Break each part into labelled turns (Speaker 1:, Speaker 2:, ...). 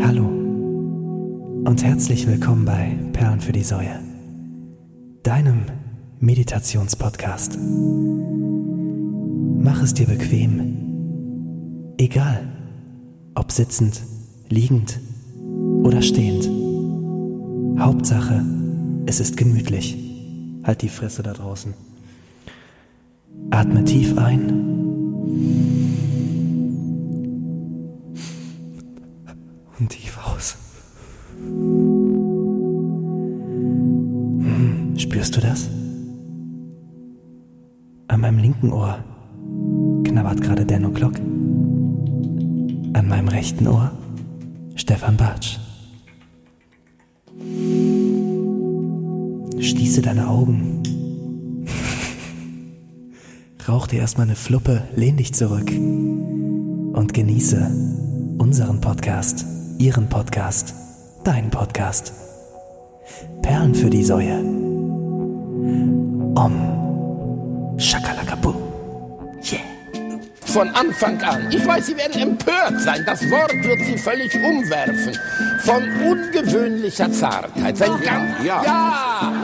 Speaker 1: Hallo und herzlich willkommen bei Perlen für die Säue, deinem Meditationspodcast. Mach es dir bequem, egal ob sitzend, liegend oder stehend. Hauptsache, es ist gemütlich. Halt die Fresse da draußen. Atme tief ein und tief aus. Hm, Spürst du das? An meinem linken Ohr knabbert gerade Dan O'Clock. An meinem rechten Ohr Stefan Bartsch. Schließe deine Augen. Rauch dir erstmal eine Fluppe, lehn dich zurück und genieße unseren Podcast, ihren Podcast, deinen Podcast. Perlen für die Säue. Om. Shakalakabu. Yeah.
Speaker 2: Von Anfang an. Ich weiß, Sie werden empört sein. Das Wort wird Sie völlig umwerfen. Von ungewöhnlicher Zartheit. Sein ganz, ja. ja,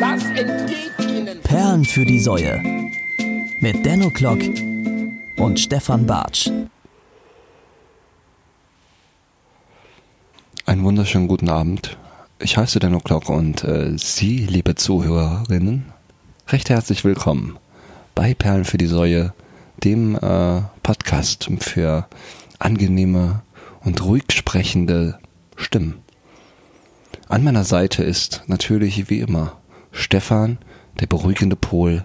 Speaker 2: das entgeht Ihnen.
Speaker 3: Perlen für die Säue mit Denno Klock und Stefan Bartsch.
Speaker 4: Einen wunderschönen guten Abend. Ich heiße Denno Klock und äh, Sie, liebe Zuhörerinnen, recht herzlich willkommen bei Perlen für die Säue, dem äh, Podcast für angenehme und ruhig sprechende Stimmen. An meiner Seite ist natürlich wie immer Stefan, der beruhigende Pol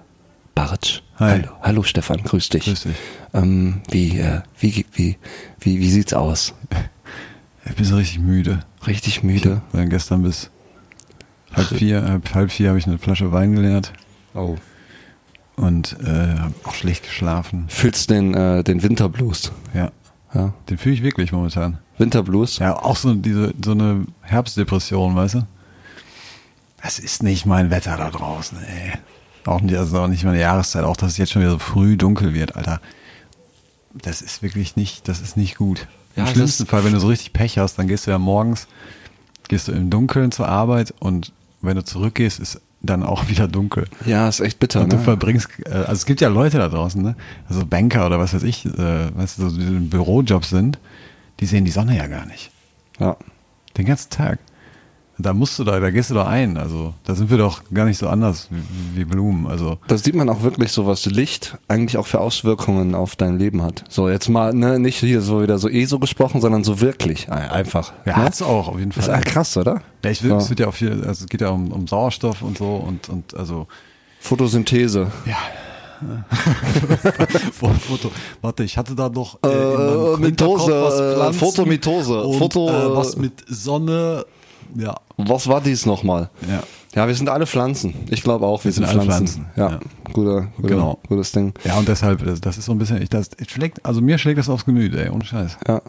Speaker 4: Bartsch.
Speaker 5: Hi.
Speaker 4: Hallo, hallo Stefan, grüß dich.
Speaker 5: Grüß dich.
Speaker 4: Ähm, wie, äh, wie, wie, wie, wie sieht's aus?
Speaker 5: Ich bin so richtig müde.
Speaker 4: Richtig müde.
Speaker 5: Weil gestern bis halb vier, halb, halb vier habe ich eine Flasche Wein geleert
Speaker 4: Oh.
Speaker 5: und äh, habe auch schlecht geschlafen.
Speaker 4: Fühlst den, äh, den Winterblues.
Speaker 5: Ja.
Speaker 4: Ja.
Speaker 5: Den fühle ich wirklich momentan.
Speaker 4: Winterblues?
Speaker 5: Ja, auch so, diese, so eine Herbstdepression, weißt du? Das ist nicht mein Wetter da draußen, ey. Auch nicht, also auch nicht meine Jahreszeit, auch dass es jetzt schon wieder so früh dunkel wird, Alter. Das ist wirklich nicht, das ist nicht gut.
Speaker 4: Ja,
Speaker 5: Im
Speaker 4: das-
Speaker 5: schlimmsten Fall, wenn du so richtig Pech hast, dann gehst du ja morgens, gehst du im Dunkeln zur Arbeit und wenn du zurückgehst, ist dann auch wieder dunkel.
Speaker 4: Ja, ist echt bitter.
Speaker 5: Und du
Speaker 4: Ne?
Speaker 5: verbringst, äh, also es gibt ja Leute da draußen, ne? Also Banker oder was weiß ich, äh, weißt du, so die in Bürojobs sind, die sehen die Sonne ja gar nicht.
Speaker 4: Ja.
Speaker 5: Den ganzen Tag. Da musst du da, da gehst du doch ein. Also da sind wir doch gar nicht so anders wie, wie Blumen. Also
Speaker 4: Da sieht man auch wirklich so, was Licht eigentlich auch für Auswirkungen auf dein Leben hat. So, jetzt mal, ne, nicht hier so wieder so eh so gesprochen, sondern so wirklich. Ein- Einfach.
Speaker 5: ja,
Speaker 4: ne?
Speaker 5: hat's auch auf jeden
Speaker 4: Ist
Speaker 5: Fall.
Speaker 4: halt krass, oder?
Speaker 5: Ja, ich will,
Speaker 4: So.
Speaker 5: es wird ja auch viel, also es geht ja um, um Sauerstoff und so und und also
Speaker 4: Photosynthese.
Speaker 5: ja. Vor- Foto. Warte, ich hatte da noch äh, in meinem
Speaker 4: Äh, Mitose,
Speaker 5: Hinterkopf was
Speaker 4: äh,
Speaker 5: Pflanzen
Speaker 4: Photomitose,
Speaker 5: und,
Speaker 4: Foto-
Speaker 5: äh, was mit Sonne. Ja,
Speaker 4: Was war dies nochmal?
Speaker 5: Ja.
Speaker 4: Ja, wir sind alle Pflanzen. Ich glaube auch, wir, sind,
Speaker 5: sind alle
Speaker 4: Pflanzen.
Speaker 5: Pflanzen,
Speaker 4: Ja,
Speaker 5: ja.
Speaker 4: Guter, guter,
Speaker 5: Genau.
Speaker 4: gutes Ding.
Speaker 5: Ja, und deshalb, das- das ist so ein bisschen, ich, das schlägt, also mir schlägt das aufs Gemüt, ey, ohne Scheiß.
Speaker 4: Ja.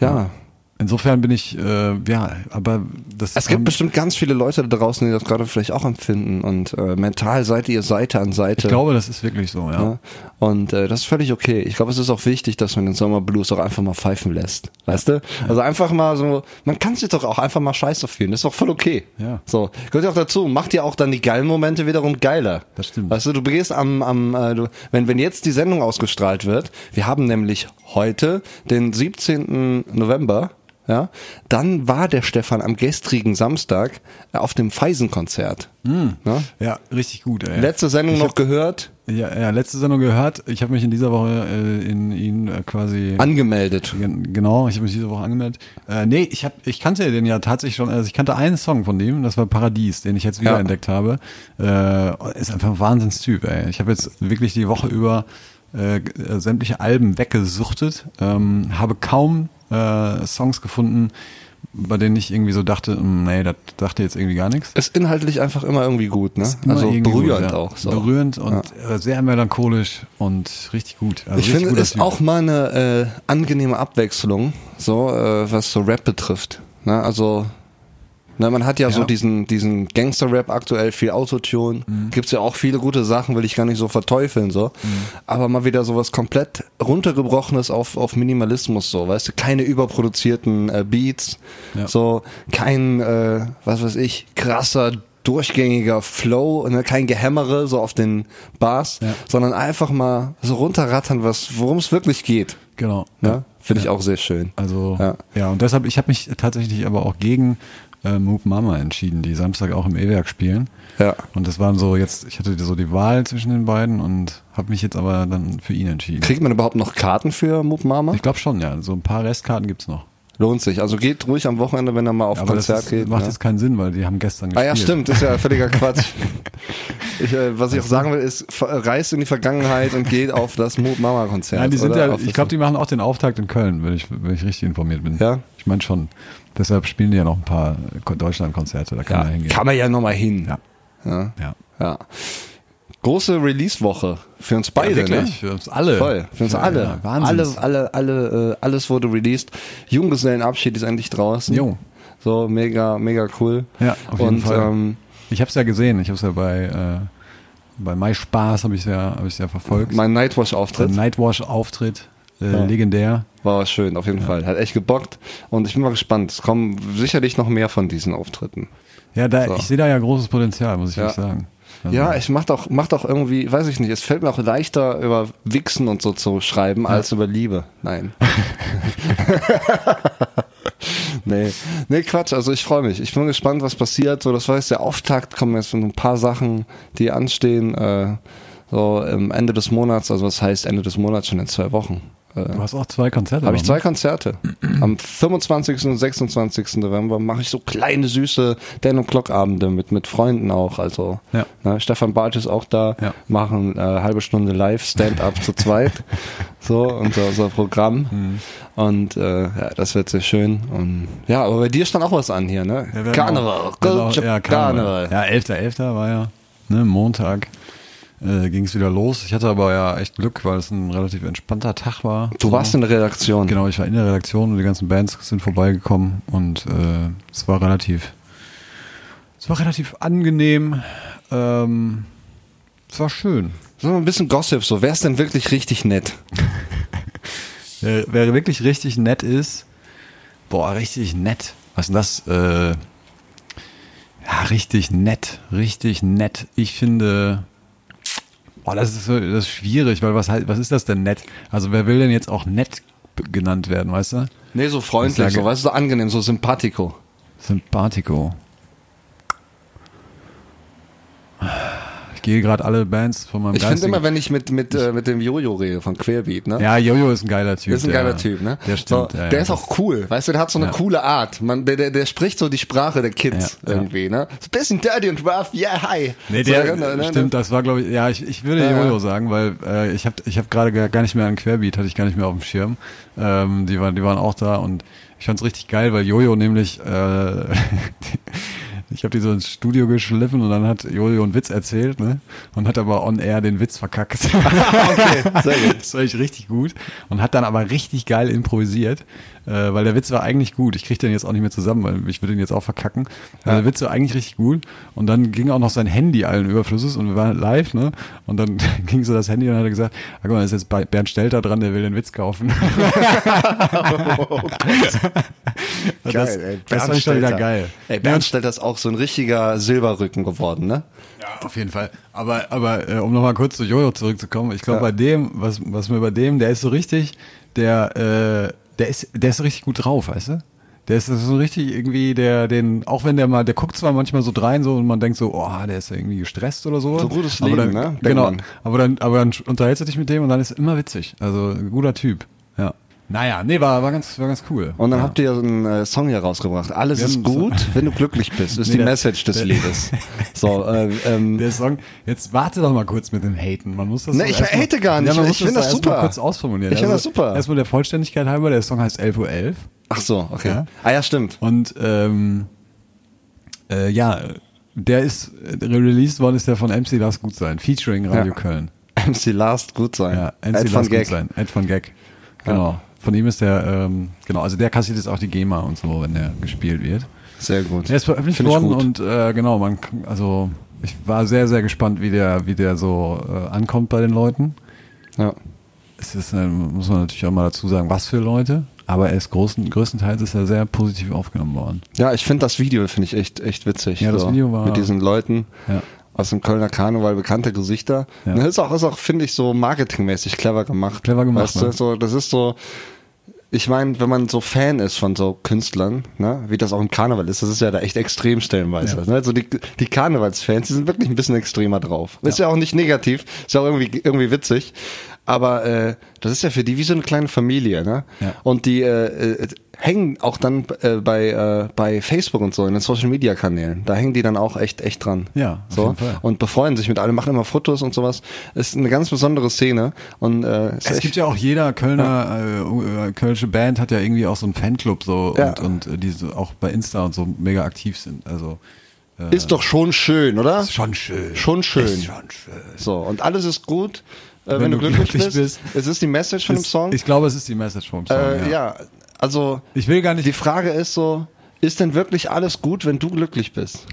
Speaker 4: Ja.
Speaker 5: Insofern bin ich, äh, ja, aber das
Speaker 4: Es gibt
Speaker 5: haben-
Speaker 4: bestimmt ganz viele Leute da draußen, die das gerade vielleicht auch empfinden und äh, mental seid ihr Seite an Seite.
Speaker 5: Ich glaube, das ist wirklich so, ja.
Speaker 4: Ja. Und äh, das ist völlig okay. Ich glaube, es ist auch wichtig, dass man den Sommerblues auch einfach mal pfeifen lässt. Weißt du? Also einfach mal so, man kann sich doch auch einfach mal scheiße fühlen. Das ist doch voll okay.
Speaker 5: Ja.
Speaker 4: So, gehört ja auch dazu. Macht dir auch dann die geilen Momente wiederum geiler.
Speaker 5: Das stimmt.
Speaker 4: Weißt du, du begehst am, am äh, du, wenn, wenn jetzt die Sendung ausgestrahlt wird, wir haben nämlich heute den 17. November, ja, dann war der Stefan am gestrigen Samstag äh, auf dem Feisen-Konzert. Ja?
Speaker 5: Hm. Ja, richtig gut, ey.
Speaker 4: Letzte Sendung noch gehört,
Speaker 5: ja, ja, letzte Sendung gehört. Ich habe mich in dieser Woche äh, in ihn äh, quasi.
Speaker 4: angemeldet.
Speaker 5: Gen- Genau, ich habe mich diese Woche angemeldet. Äh, nee, ich, hab, ich kannte den ja tatsächlich schon, also ich kannte einen Song von dem, das war Paradies, den ich jetzt wieder
Speaker 4: Ja.
Speaker 5: entdeckt habe. Äh, ist einfach ein Wahnsinnstyp, ey. Ich habe jetzt wirklich die Woche über äh, g- äh, sämtliche Alben weggesuchtet, ähm, habe kaum äh, Songs gefunden, bei denen ich irgendwie so dachte, mm, nee, das dachte jetzt irgendwie gar nichts.
Speaker 4: ist inhaltlich einfach immer irgendwie gut, ne?
Speaker 5: Immer
Speaker 4: also
Speaker 5: irgendwie
Speaker 4: berührend
Speaker 5: gut, ja.
Speaker 4: auch. So.
Speaker 5: Berührend und äh, sehr melancholisch und richtig gut. Also
Speaker 4: Ich
Speaker 5: richtig
Speaker 4: finde,
Speaker 5: guter
Speaker 4: es ist
Speaker 5: Typ.
Speaker 4: auch mal eine äh, angenehme Abwechslung, so äh, was so Rap betrifft. Ne? Also Na, man hat ja, so
Speaker 5: Ja.
Speaker 4: diesen, diesen Gangster-Rap aktuell, viel Autotune.
Speaker 5: Mhm.
Speaker 4: Gibt's ja auch viele gute Sachen, will ich gar nicht so verteufeln, so. Aber mal wieder sowas komplett runtergebrochenes auf, auf Minimalismus, so, weißt du? Keine überproduzierten äh, Beats,
Speaker 5: Ja.
Speaker 4: so, kein, äh, was weiß ich, krasser, durchgängiger Flow, ne? kein Gehämmere, so auf den Bars,
Speaker 5: Ja.
Speaker 4: sondern einfach mal so runterrattern, was, worum es wirklich geht.
Speaker 5: Genau.
Speaker 4: Ne? Finde ich auch sehr schön.
Speaker 5: Also
Speaker 4: Ja.
Speaker 5: ja, und deshalb, ich habe mich tatsächlich aber auch gegen äh, Move Mama entschieden, die Samstag auch im E-Werk spielen.
Speaker 4: Ja.
Speaker 5: Und das waren so jetzt, ich hatte so die Wahl zwischen den beiden und habe mich jetzt aber dann für ihn entschieden.
Speaker 4: Kriegt man überhaupt noch Karten für Moop Mama?
Speaker 5: ich glaube schon, ja. So ein paar Restkarten gibt's noch.
Speaker 4: Lohnt sich. Also geht ruhig am Wochenende, wenn er mal auf
Speaker 5: Aber das
Speaker 4: Konzert
Speaker 5: ist,
Speaker 4: geht.
Speaker 5: macht
Speaker 4: ne?
Speaker 5: jetzt keinen Sinn, weil die haben gestern
Speaker 4: Ah
Speaker 5: gespielt.
Speaker 4: ja, stimmt, ist ja völliger Quatsch. Ich, äh, was ich
Speaker 5: Also-
Speaker 4: auch sagen will, ist, ver- reist in die Vergangenheit und geht auf das Moop Mama Konzert.
Speaker 5: Nein, die sind
Speaker 4: oder
Speaker 5: ja,
Speaker 4: auf
Speaker 5: ich
Speaker 4: das-
Speaker 5: glaube, die machen auch den Auftakt in Köln, wenn ich, wenn ich richtig informiert bin.
Speaker 4: Ja.
Speaker 5: Ich meine schon. Deshalb spielen die ja noch ein paar äh, Deutschlandkonzerte, da kann man
Speaker 4: ja,
Speaker 5: hingehen.
Speaker 4: kann man ja nochmal hin.
Speaker 5: Ja.
Speaker 4: Ja.
Speaker 5: ja.
Speaker 4: ja. Große Release-Woche für uns beide,
Speaker 5: Ja,
Speaker 4: ne?
Speaker 5: wirklich, für uns alle.
Speaker 4: Voll, für uns
Speaker 5: Ja,
Speaker 4: alle.
Speaker 5: ja, Wahnsinn.
Speaker 4: alle, alle, alle, äh, alles wurde released. Junggesellenabschied ist endlich draußen.
Speaker 5: Jo.
Speaker 4: So mega, mega cool.
Speaker 5: Ja, auf jeden
Speaker 4: und,
Speaker 5: Fall.
Speaker 4: Ähm,
Speaker 5: Ich habe es ja gesehen. Ich habe es ja bei, äh, bei My Spaß habe ich ja, hab ich's ja verfolgt.
Speaker 4: mein Nightwash-Auftritt.
Speaker 5: Der Nightwash-Auftritt, äh,
Speaker 4: Ja.
Speaker 5: legendär.
Speaker 4: War schön, auf jeden Fall. Hat echt gebockt und ich bin mal gespannt. Es kommen sicherlich noch mehr von diesen Auftritten.
Speaker 5: Ja, da,
Speaker 4: So.
Speaker 5: ich sehe da ja großes Potenzial, muss ich
Speaker 4: Ja.
Speaker 5: wirklich sagen. Also,
Speaker 4: Ja, es macht auch, macht auch irgendwie, weiß ich nicht, es fällt mir auch leichter, über Wichsen und so zu schreiben, als über Liebe. Nein. nee. Nee, Quatsch, also ich freue mich. Ich bin gespannt, was passiert. So, das war jetzt der Auftakt, kommen jetzt so ein paar Sachen, die anstehen, äh, so am Ende des Monats, also was heißt Ende des Monats schon in zwei Wochen. Äh,
Speaker 5: Du hast auch zwei Konzerte.
Speaker 4: Habe ich
Speaker 5: noch,
Speaker 4: zwei
Speaker 5: ne?
Speaker 4: Konzerte. Am 25. und 26. November mache ich so kleine, süße Dan und Glock Abende mit, mit Freunden auch. Also
Speaker 5: Ja.
Speaker 4: ne, Stefan Bartsch ist auch da,
Speaker 5: Ja.
Speaker 4: machen äh, halbe Stunde live, Stand-up zu zweit. So, unser, unser Programm.
Speaker 5: Mhm.
Speaker 4: Und äh, ja, das wird sehr schön. Und ja, aber bei dir stand auch was an hier, ne?
Speaker 5: Ja, wir haben
Speaker 4: Karneval.
Speaker 5: auch- wir haben auch- Ja, Karneval. Ja, 11.11. war ja ne, Montag. Äh, ging es wieder los. Ich hatte aber ja echt Glück, weil es ein relativ entspannter Tag war.
Speaker 4: Du warst in der Redaktion.
Speaker 5: Genau, ich war in der Redaktion und die ganzen Bands sind vorbeigekommen und äh, es war relativ, es war relativ angenehm. Ähm, es war schön.
Speaker 4: So ein bisschen Gossip, so. Wer ist denn wirklich richtig nett?
Speaker 5: Wer, Äh, wer wirklich richtig nett ist, boah, richtig nett. Was ist denn das? Äh, ja, richtig nett, richtig nett. Ich finde, boah, das ist, so- das ist schwierig, weil was, halt- was ist das denn nett? Also wer will denn jetzt auch nett genannt werden, weißt du?
Speaker 4: Nee, so
Speaker 5: Ich
Speaker 4: freundlich,
Speaker 5: sage-
Speaker 4: so, weißt du, so angenehm, so sympathico.
Speaker 5: Sympathico. Ich gehe gerade alle Bands von meinem
Speaker 4: Ich finde
Speaker 5: geistigen-
Speaker 4: immer, wenn ich mit, mit, äh, mit dem Jojo rede von Querbeat, ne?
Speaker 5: Ja, Jojo ist ein geiler Typ.
Speaker 4: Ist ein
Speaker 5: der-
Speaker 4: geiler Typ, ne?
Speaker 5: Der stimmt.
Speaker 4: So,
Speaker 5: ja,
Speaker 4: der
Speaker 5: ja.
Speaker 4: ist auch cool, weißt du, der hat so eine
Speaker 5: Ja.
Speaker 4: coole Art. Man, der, der, der spricht so die Sprache der Kids
Speaker 5: Ja, ja.
Speaker 4: irgendwie, ne? Ist ein bisschen dirty und rough, yeah, hi.
Speaker 5: Nee,
Speaker 4: So,
Speaker 5: der,
Speaker 4: ne, ne,
Speaker 5: stimmt,
Speaker 4: ne?
Speaker 5: das war, glaube ich, ja, ich, ich würde
Speaker 4: Ja,
Speaker 5: Jojo
Speaker 4: ja.
Speaker 5: sagen, weil äh, ich habe ich hab gerade gar gar nicht mehr an Querbeat, hatte ich gar nicht mehr auf dem Schirm. Ähm, die, waren, die waren auch da und ich fand's richtig geil, weil Jojo nämlich, äh, ich habe die so ins Studio geschliffen und dann hat Jojo einen Witz erzählt ne? und hat aber on air den Witz verkackt.
Speaker 4: Okay, sehr gut.
Speaker 5: Das war ich richtig gut und hat dann aber richtig geil improvisiert, äh, weil der Witz war eigentlich gut. Ich kriege den jetzt auch nicht mehr zusammen, weil ich würde ihn jetzt auch verkacken. Also der Witz war eigentlich richtig gut und dann ging auch noch sein Handy allen Überflusses und wir waren live, ne? Und dann ging so das Handy und hat er gesagt, ah, guck mal, da ist jetzt bei Bernd Stelter dran, der will den Witz kaufen. das,
Speaker 4: Oh, Geil, ey.
Speaker 5: das war schon wieder
Speaker 4: Stelter.
Speaker 5: geil.
Speaker 4: Ey, Bernd Stelter ist auch so ein richtiger Silberrücken geworden, ne?
Speaker 5: Ja, auf jeden Fall. Aber, aber äh, um nochmal kurz zu Jojo zurückzukommen, ich glaube, bei dem, was, was mir bei dem, der ist so richtig, der, äh, der ist, der ist so richtig gut drauf, weißt du? Der ist so richtig irgendwie, der, den, auch wenn der mal, der guckt zwar manchmal so drein so und man denkt so, oh, der ist ja irgendwie gestresst oder so.
Speaker 4: So gutes
Speaker 5: aber dann,
Speaker 4: Leben, ne? Denkt
Speaker 5: Genau.
Speaker 4: man.
Speaker 5: Aber dann, aber dann unterhältst du dich mit dem und dann ist immer witzig. Also ein guter Typ. Ja. Naja, nee, war, war ganz, war ganz cool.
Speaker 4: Und dann
Speaker 5: ja.
Speaker 4: habt ihr so einen äh, Song hier rausgebracht. Alles
Speaker 5: Wir
Speaker 4: ist
Speaker 5: haben so-
Speaker 4: gut, wenn du glücklich bist, ist
Speaker 5: Nee,
Speaker 4: die
Speaker 5: der-
Speaker 4: Message des
Speaker 5: der-
Speaker 4: Liedes. So, äh, ähm,
Speaker 5: Der Song, jetzt warte doch mal kurz mit dem Haten. Man muss das
Speaker 4: Nee,
Speaker 5: doch
Speaker 4: ich
Speaker 5: erst mal-
Speaker 4: hate gar nicht.
Speaker 5: Ja, man
Speaker 4: Ich
Speaker 5: muss
Speaker 4: find
Speaker 5: doch
Speaker 4: das
Speaker 5: erst mal
Speaker 4: super.
Speaker 5: kurz ausformulieren. Also
Speaker 4: Ich find das super.
Speaker 5: Erstmal der Vollständigkeit halber, der Song heißt 11.11 Uhr. 11.
Speaker 4: ach so, okay.
Speaker 5: Ja.
Speaker 4: Ah ja, stimmt.
Speaker 5: Und ähm, äh, ja, der ist, äh, released worden ist der von MC Lass Gut Sein, featuring Radio
Speaker 4: Ja.
Speaker 5: Köln.
Speaker 4: MC Last gut sein.
Speaker 5: Ja,
Speaker 4: Ed
Speaker 5: MC
Speaker 4: van
Speaker 5: Lass Gut
Speaker 4: Gag.
Speaker 5: Sein, Ed von Gag. Genau. Von ihm ist der, ähm, genau, also der kassiert jetzt auch die GEMA und so, wenn der gespielt wird.
Speaker 4: Sehr gut.
Speaker 5: Er ist veröffentlicht
Speaker 4: Find ich
Speaker 5: worden
Speaker 4: gut.
Speaker 5: und äh, genau, man kann- also ich war sehr, sehr gespannt, wie der, wie der so äh, ankommt bei den Leuten.
Speaker 4: Ja.
Speaker 5: Es ist, äh, muss man natürlich auch mal dazu sagen, was für Leute, aber er ist großen, größtenteils ist er sehr positiv aufgenommen worden.
Speaker 4: Ja, ich finde das Video finde ich echt echt witzig.
Speaker 5: Ja, das Video war-
Speaker 4: mit diesen Leuten
Speaker 5: Ja.
Speaker 4: aus dem Kölner Karneval bekannte Gesichter.
Speaker 5: Ja.
Speaker 4: Das ist auch, ist auch finde ich so marketingmäßig clever gemacht.
Speaker 5: Clever gemacht,
Speaker 4: Weißt du?
Speaker 5: ne?
Speaker 4: so, das ist so ich meine, wenn man so Fan ist von so Künstlern, ne, wie das auch im Karneval ist, das ist ja da echt extrem stellenweise.
Speaker 5: Ja.
Speaker 4: Ne? Also die, die Karnevalsfans, die sind wirklich ein bisschen extremer drauf. Ist ja auch nicht negativ, ist ja auch irgendwie, irgendwie witzig. Aber äh, das ist ja für die wie so eine kleine Familie, ne?
Speaker 5: Ja.
Speaker 4: Und die äh, äh, hängen auch dann äh, bei, äh, bei Facebook und so, in den Social Media Kanälen. Da hängen die dann auch echt, echt dran.
Speaker 5: Ja, auf
Speaker 4: so.
Speaker 5: jeden Fall.
Speaker 4: Und befreuen sich mit allem, machen immer Fotos und sowas. Ist eine ganz besondere Szene. Und äh, ist
Speaker 5: Es
Speaker 4: echt-
Speaker 5: gibt ja auch jeder Kölner, äh, äh, kölsche Band hat ja irgendwie auch so einen Fanclub so
Speaker 4: Ja.
Speaker 5: und, und äh, die so auch bei Insta und so mega aktiv sind. Also
Speaker 4: ist doch schon schön, oder?
Speaker 5: ist schon schön.
Speaker 4: Schon schön.
Speaker 5: Ist schon schön.
Speaker 4: So, und alles ist gut, äh, wenn, du glücklich, bist. Es ist die Message von dem
Speaker 5: Ist-
Speaker 4: Song.
Speaker 5: Ich glaube, es ist die Message vom Song.
Speaker 4: äh, ja.
Speaker 5: ja.
Speaker 4: also
Speaker 5: Ich will gar nicht.
Speaker 4: die Frage ist so, ist denn wirklich alles gut, wenn du glücklich bist?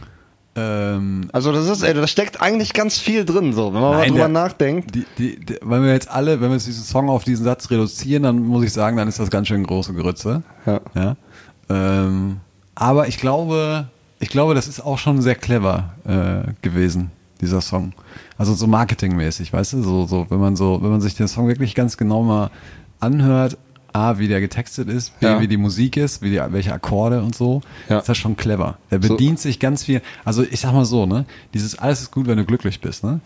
Speaker 5: ähm,
Speaker 4: Also das ist, ey, da steckt eigentlich ganz viel drin, so, wenn man mal
Speaker 5: Nein,
Speaker 4: drüber
Speaker 5: der-
Speaker 4: nachdenkt.
Speaker 5: Die, die, die, wenn wir jetzt alle, wenn wir jetzt diesen Song auf diesen Satz reduzieren, dann muss ich sagen, dann ist das ganz schön große Grütze.
Speaker 4: Ja.
Speaker 5: Ähm, aber ich glaube, ich glaube, das ist auch schon sehr clever äh, gewesen, dieser Song. Also so marketingmäßig, weißt du, so, so, wenn man so, wenn man sich den Song wirklich ganz genau mal anhört, A, wie der getextet ist, B,
Speaker 4: Ja.
Speaker 5: wie die Musik ist, wie die, welche Akkorde und so,
Speaker 4: Ja.
Speaker 5: ist das schon clever. Der bedient sich ganz viel. Also ich sag mal so, ne? Dieses alles ist gut, wenn du glücklich bist, ne?